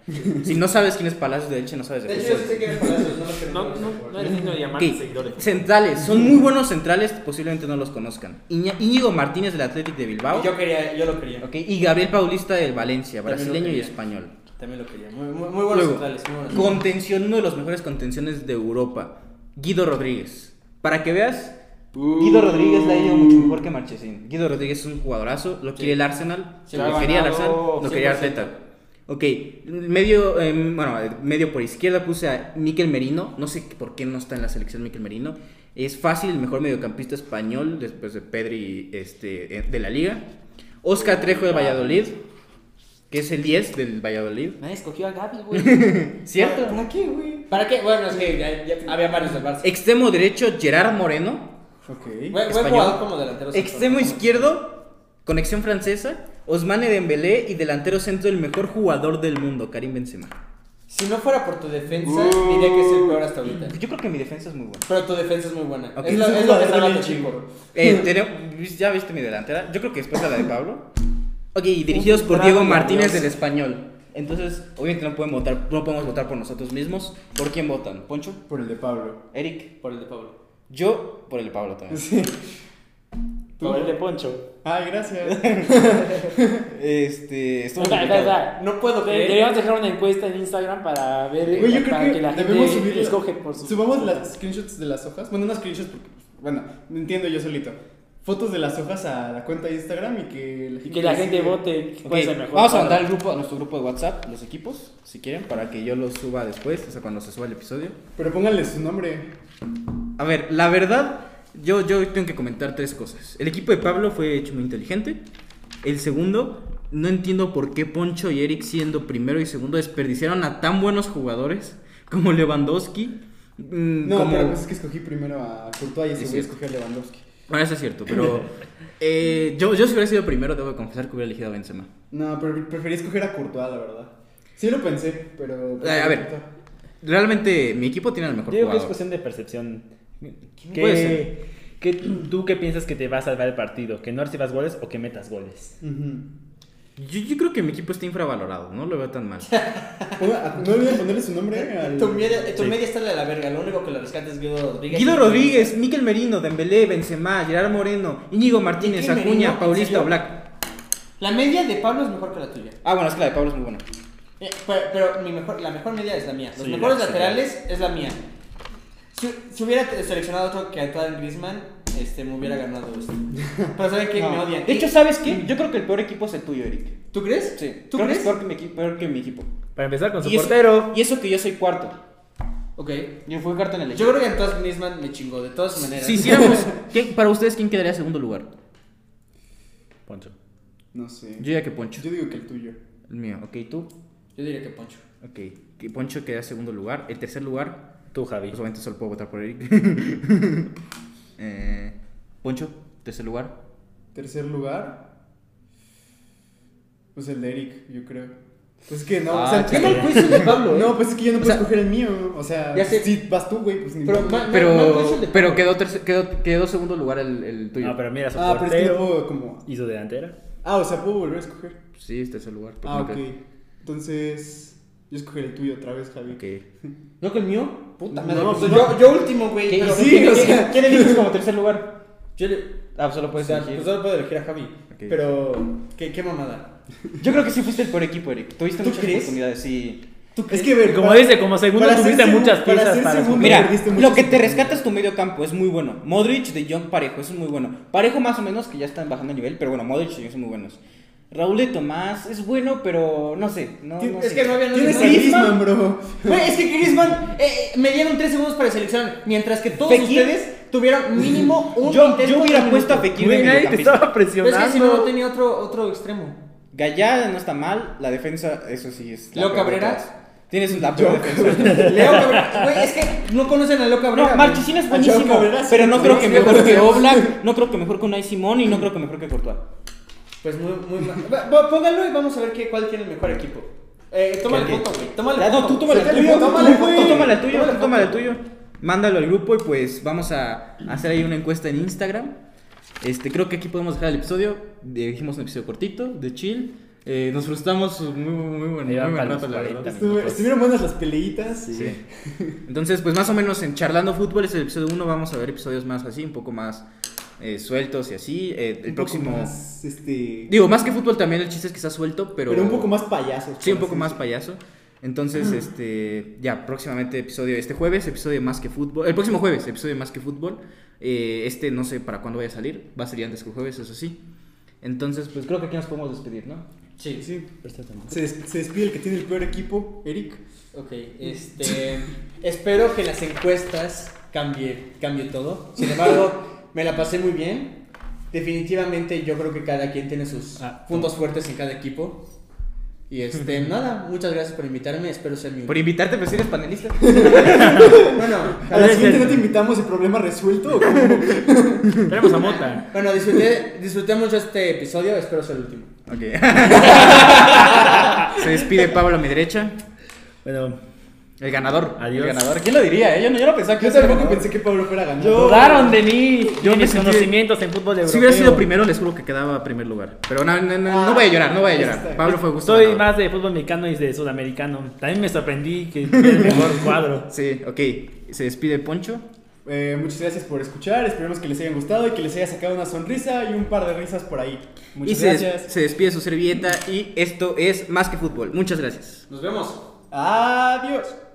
Speaker 1: si no sabes quién es Palacios del Elche, no sabes de
Speaker 5: De hecho, yo
Speaker 1: fútbol.
Speaker 5: sí sé que eres palacios, no lo queremos.
Speaker 8: No, no, no es digno de llamar
Speaker 1: Ok,
Speaker 8: seguidores.
Speaker 1: Centrales, son muy buenos centrales, posiblemente no los conozcan. Iña- Íñigo Martínez del Athletic de Bilbao.
Speaker 4: Yo quería, yo lo quería.
Speaker 1: ok, y Gabriel Paulista del Valencia,
Speaker 4: También lo
Speaker 1: brasileño y
Speaker 4: quería.
Speaker 1: español.
Speaker 4: También lo quería. Muy, muy, muy buenos
Speaker 1: Luego,
Speaker 4: centrales. Muy buenos centrales.
Speaker 1: Contención, uno de los mejores contenciones de Europa. Guido Rodríguez. Para que veas, Guido Rodríguez le ha ido mucho mejor que Marchesín. Guido Rodríguez es un jugadorazo, lo quiere el Arsenal,
Speaker 4: Sí,
Speaker 1: lo
Speaker 4: ha
Speaker 1: quería el
Speaker 8: ganado
Speaker 1: Arsenal, lo
Speaker 8: 100%.
Speaker 1: quería Arteta. Ok, medio, eh, bueno, eh, medio por izquierda puse a Miquel Merino, no sé por qué no está en la selección Miquel Merino. Es fácil, el mejor mediocampista español después de Pedri este, eh, de la liga. Oscar Trejo de Valladolid, que es el 10 del Valladolid.
Speaker 4: Nadie escogió a Gaby, güey.
Speaker 1: ¿Cierto?
Speaker 4: ¿Para qué, güey? (laughs) ¿Para qué? Bueno, es que ya- ya había varios del Barça.
Speaker 1: Extremo derecho, Gerard Moreno.
Speaker 2: Ok.
Speaker 4: Buen, buen
Speaker 1: español.
Speaker 4: jugador como delantero. central.
Speaker 1: Extremo izquierdo, conexión francesa, Osmane Dembélé y delantero centro el mejor jugador del mundo, Karim Benzema.
Speaker 4: Si no fuera por tu defensa, diría que es el peor hasta ahorita.
Speaker 1: Yo creo que mi defensa es muy buena.
Speaker 4: Pero tu defensa es muy buena.
Speaker 1: Ok.
Speaker 4: Es, lo, es lo que está hablando Chico.
Speaker 1: Eh, tenem- ¿Ya viste mi delantera? Yo creo que después de la de Pablo. Ok, y dirigidos por Diego Martínez del Español. Entonces, obviamente no pueden votar, no podemos votar por nosotros mismos. ¿Por quién votan? ¿Poncho?
Speaker 2: Por el de Pablo.
Speaker 1: ¿Eric?
Speaker 4: Por el de Pablo.
Speaker 1: Yo por el de Pablo (laughs) también.
Speaker 2: Sí.
Speaker 8: Por el de Poncho. (laughs)
Speaker 2: Ay, gracias.
Speaker 1: Este. estuvo
Speaker 8: Da, da,
Speaker 1: complicado.
Speaker 8: da.
Speaker 4: No puedo
Speaker 8: De-
Speaker 4: creer.
Speaker 8: Deberíamos dejar una encuesta en Instagram para ver eh,
Speaker 2: Güey, yo
Speaker 8: para
Speaker 2: creo que,
Speaker 8: la gente
Speaker 2: debemos subir.
Speaker 8: escoge por su
Speaker 2: Subamos las screenshots de las hojas. Bueno, no screenshots porque. pues, Bueno, me entiendo yo solito. Fotos de las hojas a la cuenta de Instagram y que la
Speaker 8: y que la gente
Speaker 2: decida.
Speaker 8: vote
Speaker 1: Ok,
Speaker 8: cuál es el mejor.
Speaker 1: Vamos a
Speaker 8: para-
Speaker 1: mandar el grupo, a nuestro grupo de WhatsApp, los equipos, si quieren, para que yo los suba después, o sea, cuando se suba el episodio.
Speaker 2: Pero pónganle su nombre.
Speaker 1: A ver, la verdad, yo, yo tengo que comentar tres cosas. El equipo de Pablo fue hecho muy inteligente. El segundo, no entiendo por qué Poncho y Eric, siendo primero y segundo, desperdiciaron a tan buenos jugadores como Lewandowski. mm,
Speaker 2: No,
Speaker 1: como-
Speaker 2: pero pues es que escogí primero a Courtois y ese
Speaker 1: Es
Speaker 2: güey
Speaker 1: cierto.
Speaker 2: escogió a Lewandowski.
Speaker 1: Bueno, eso es cierto, pero (laughs) eh, yo, yo si hubiera sido primero, debo confesar que hubiera elegido a Benzema.
Speaker 2: No, pero preferí escoger a Courtois, la verdad. Sí lo pensé, pero.
Speaker 1: Eh, a ver. Realmente, mi equipo tiene el mejor
Speaker 3: Yo digo que es
Speaker 1: jugador.
Speaker 3: cuestión de percepción.
Speaker 1: Puede ser.
Speaker 3: ¿Qué, qué- ¿Tú qué piensas que te va a salvar el partido? ¿Que no recibas goles o que metas goles?
Speaker 2: Ujú.
Speaker 1: Yo, yo creo que mi equipo está infravalorado, no lo veo tan (laughs) mal.
Speaker 2: Ponga- a- No olviden ponerle su
Speaker 8: (laughs)
Speaker 2: nombre al.
Speaker 4: Tu media, eh, tu media está de la verga. Lo único que la rescata es Guido Rodríguez.
Speaker 1: Guido Rodríguez, Miquel Merino, Dembélé, Benzema, Gerard Moreno, Íñigo Martínez,
Speaker 4: ¿Miquel
Speaker 1: Acuña,
Speaker 4: Merino? ¿En
Speaker 1: Paulista,
Speaker 4: serio?
Speaker 1: Black.
Speaker 4: La media de Pablo es mejor que la tuya.
Speaker 1: Ah, bueno, es que la de Pablo es muy buena.
Speaker 4: Eh, pero pero mi mejor, la mejor media es la mía. Los
Speaker 8: Sí,
Speaker 4: mejores
Speaker 8: la- sí,
Speaker 4: laterales es la mía. Si, si hubiera te- seleccionado otro que actuara en Griezmann, este, me hubiera ganado esto.
Speaker 1: (laughs)
Speaker 4: Pero saben que me odian.
Speaker 1: De hecho, ¿sabes qué? Yo creo que el peor equipo es el tuyo, Eric.
Speaker 4: ¿tú crees?
Speaker 1: Sí.
Speaker 4: ¿Tú
Speaker 1: creo
Speaker 4: crees?
Speaker 1: que es peor que mi, equi- peor que mi equipo.
Speaker 3: Para empezar con su
Speaker 1: Y eso-
Speaker 3: portero.
Speaker 1: Y eso que yo soy cuarto.
Speaker 4: Ok.
Speaker 1: Yo fui cuarto en el
Speaker 4: Yo
Speaker 1: equipo.
Speaker 4: creo que entonces Griezmann me chingó, de todas maneras.
Speaker 1: Si (laughs) hiciéramos. ¿quién- para ustedes, ¿quién quedaría en segundo lugar?
Speaker 3: Poncho.
Speaker 2: No sé.
Speaker 1: Yo ya que Poncho.
Speaker 2: Yo digo que el tuyo.
Speaker 1: El mío, ok, tú.
Speaker 4: (laughs) Yo diría que Poncho.
Speaker 1: Ok. Que Poncho queda en segundo lugar. El tercer lugar,
Speaker 3: Tú, Javi.
Speaker 1: pues obviamente solo puedo votar por (laughs) Eric. Eh, Poncho, tercer lugar.
Speaker 2: Tercer lugar. Pues el de Eric, yo creo. Pues que no.
Speaker 1: Ah,
Speaker 2: o sea,
Speaker 1: qué
Speaker 2: yo
Speaker 1: mal
Speaker 2: no,
Speaker 4: juicio de Pablo, ¿eh?
Speaker 2: No, pues es que yo no puedo
Speaker 1: sea,
Speaker 2: escoger el mío. O sea,
Speaker 4: ya sé.
Speaker 2: si vas tú, güey, pues ni
Speaker 4: Pero
Speaker 2: modo.
Speaker 4: ma- ma- mal juicio el
Speaker 1: Pero,
Speaker 4: de
Speaker 1: pero
Speaker 4: Pablo.
Speaker 1: quedó, terce- quedó, quedó segundo lugar el, el tuyo.
Speaker 3: No, pero mira su
Speaker 2: Ah, pero es que no puedo
Speaker 3: portero
Speaker 2: como.
Speaker 3: y su delantera.
Speaker 2: Ah, o sea, puedo volver a escoger.
Speaker 1: Sí, es tercer lugar. porque
Speaker 2: Ah,
Speaker 1: no
Speaker 2: ok.
Speaker 1: quedó-
Speaker 2: Entonces. Yo escogeré el tuyo otra vez, Javi.
Speaker 1: ok.
Speaker 4: ¿No que el mío? Puta madre.
Speaker 2: No, pues
Speaker 4: yo, yo último, güey. pero-
Speaker 2: Sí, o sea.
Speaker 1: ¿Quién eliges como tercer lugar?
Speaker 4: Yo le-
Speaker 1: Ah, solo puedes
Speaker 4: o sea,
Speaker 1: elegir.
Speaker 4: pues solo puedo elegir a Javi.
Speaker 1: Pero...
Speaker 2: Pero.
Speaker 4: ¿Qué, qué mamada?
Speaker 1: Yo creo que sí fuiste el peor equipo, Eric. Tuviste
Speaker 4: ¿Tú
Speaker 1: muchas
Speaker 4: crees?
Speaker 1: oportunidades, sí.
Speaker 4: ¿Tú
Speaker 2: Es
Speaker 4: crees?
Speaker 2: que, ver,
Speaker 3: Como
Speaker 2: para-
Speaker 3: dice, como segundo
Speaker 2: para ser
Speaker 3: tuviste
Speaker 2: segun-
Speaker 3: muchas
Speaker 2: para
Speaker 3: piezas
Speaker 2: ser
Speaker 3: para
Speaker 2: segundo
Speaker 1: Mira,
Speaker 2: perdiste
Speaker 1: lo
Speaker 2: muchas
Speaker 1: que te
Speaker 2: oportunidades.
Speaker 1: rescata es tu medio campo, es muy bueno. Modric, De Jong, Parejo, eso es muy bueno. Parejo más o menos, que ya están bajando nivel, pero bueno, Modric y De Jong son muy buenos. Raúl de Tomás es bueno, pero no sé. No,
Speaker 2: Tien-
Speaker 1: no
Speaker 4: Es
Speaker 1: sé.
Speaker 4: que no había nadie
Speaker 2: Tienes
Speaker 4: más.
Speaker 2: a Griezmann, bro.
Speaker 4: Güey, es que Griezmann eh, eh, me dieron 3 segundos para seleccionar, mientras que todos
Speaker 1: Fekir.
Speaker 4: ustedes tuvieron
Speaker 1: (laughs)
Speaker 4: mínimo un
Speaker 1: Yo,
Speaker 4: intento
Speaker 1: yo
Speaker 4: de
Speaker 1: hubiera
Speaker 4: un
Speaker 1: puesto a
Speaker 4: minuto.
Speaker 1: Fekir de
Speaker 3: Güey, nadie te
Speaker 1: mediocampista.
Speaker 3: estaba
Speaker 4: Pero
Speaker 3: presionando.
Speaker 4: es que si no, no tenía otro, otro extremo.
Speaker 1: Gallá no está mal, la defensa, eso sí es. la
Speaker 4: Leo
Speaker 1: peor de
Speaker 4: Cabrera.
Speaker 1: todas. Tienes la peor defensa.
Speaker 4: Leo Cabrera. Güey, es que no conocen a Leo Cabrera.
Speaker 1: No,
Speaker 4: güey.
Speaker 1: Marchesín es
Speaker 2: Joao
Speaker 1: buenísimo,
Speaker 2: Cabrera sí,
Speaker 1: pero no creo que
Speaker 2: buenísimo.
Speaker 1: mejor que Oblak, no creo que mejor que Unai Simón y no creo que mejor que Courtois.
Speaker 4: Pues muy, muy mal. Va- va- Póngalo y vamos a ver qué, cuál tiene el mejor equipo. Eh, tómale
Speaker 1: ¿Qué, qué?
Speaker 4: foto, güey. Tómale
Speaker 1: Ya, Ah, no,
Speaker 4: foto.
Speaker 1: tú tómale el
Speaker 4: Sácale
Speaker 1: tuyo,
Speaker 4: foto,
Speaker 1: tú-
Speaker 4: tómale
Speaker 1: tú
Speaker 4: foto.
Speaker 1: tómale el tuyo, tú
Speaker 4: Tómale
Speaker 1: tómale el
Speaker 4: foto.
Speaker 1: tuyo. Mándalo al grupo y pues vamos a hacer ahí una encuesta en Instagram Este, creo que aquí podemos dejar el episodio. Eh, Dijimos un episodio cortito, de chill. Eh, nos frustramos muy, muy, muy buen,
Speaker 9: Ahí va
Speaker 1: muy buen
Speaker 9: para los
Speaker 1: rato, la
Speaker 9: 40
Speaker 1: verdad.
Speaker 2: Estuvo-
Speaker 9: minutos.
Speaker 2: estuvieron buenas las peleitas.
Speaker 1: Sí. Entonces, pues más o menos en Charlando Fútbol es el episodio 1. Vamos a ver episodios más así, un poco más eh, sueltos y así. Eh, el
Speaker 2: Un poco
Speaker 1: próximo.
Speaker 2: más, este,
Speaker 1: Digo, más que fútbol también el chiste es que está suelto, pero.
Speaker 2: pero... un poco más Ah. payasos.
Speaker 1: Sí, un
Speaker 2: por
Speaker 1: poco
Speaker 2: así
Speaker 1: más
Speaker 2: decirlo.
Speaker 1: payaso. Entonces, este, ya, próximamente episodio, este jueves, episodio de Más que Fútbol, el próximo jueves, episodio de Más que Fútbol, Eh, este no sé para cuándo vaya a salir, va a salir antes que el jueves, eso sí. Entonces, pues creo que aquí nos podemos despedir, ¿no?
Speaker 4: Sí.
Speaker 2: Sí. Se, des- se despide el que tiene el peor equipo, Eric.
Speaker 4: Ok, este. espero que las encuestas cambie, cambie todo. Sin embargo, me la pasé muy bien. Definitivamente, yo creo que cada quien tiene sus
Speaker 9: Ah,
Speaker 4: puntos fuertes en cada equipo.
Speaker 1: (laughs)
Speaker 4: Y este, nada, muchas gracias por invitarme. Espero ser mi.
Speaker 1: Por invitarte, pero si eres panelista.
Speaker 4: Bueno,
Speaker 2: A la siguiente no te invitamos el problema resuelto.
Speaker 1: (laughs)
Speaker 2: ¿o cómo?
Speaker 3: (laughs)
Speaker 9: Tenemos a Mota.
Speaker 4: bueno disfruté, disfruté mucho este episodio. Espero ser el último.
Speaker 1: Ok. (laughs) Se despide Pablo a mi derecha,
Speaker 9: Bueno,
Speaker 1: el ganador.
Speaker 9: Adiós.
Speaker 1: El ganador. ¿Quién lo diría? eh? Yo no, yo no pensaba que
Speaker 2: Yo
Speaker 1: iba a ser
Speaker 2: tampoco
Speaker 1: ganador.
Speaker 2: pensé que Pablo fuera a ganar.
Speaker 3: Dudaron de mí.
Speaker 1: Yo
Speaker 3: Yo
Speaker 1: me
Speaker 3: mis
Speaker 1: sentí-
Speaker 3: conocimientos en fútbol europeo.
Speaker 1: Si hubiera sido primero, les juro que quedaba primer lugar. Pero no, no, no, no voy a llorar, no voy a llorar. Pablo fue gusto.
Speaker 3: Soy
Speaker 1: ganador.
Speaker 3: más de fútbol mexicano y de sudamericano. También me sorprendí que tuviera el mejor cuadro.
Speaker 1: Sí, ok. Se despide Poncho.
Speaker 2: Eh, muchas gracias por escuchar. Esperemos que les hayan gustado y que les haya sacado una sonrisa y un par de risas por ahí.
Speaker 1: y
Speaker 2: Muchas
Speaker 1: se, des-
Speaker 2: gracias.
Speaker 1: se despide su servilleta y esto es Más que Fútbol. Muchas gracias.
Speaker 4: Nos vemos.
Speaker 2: Adiós.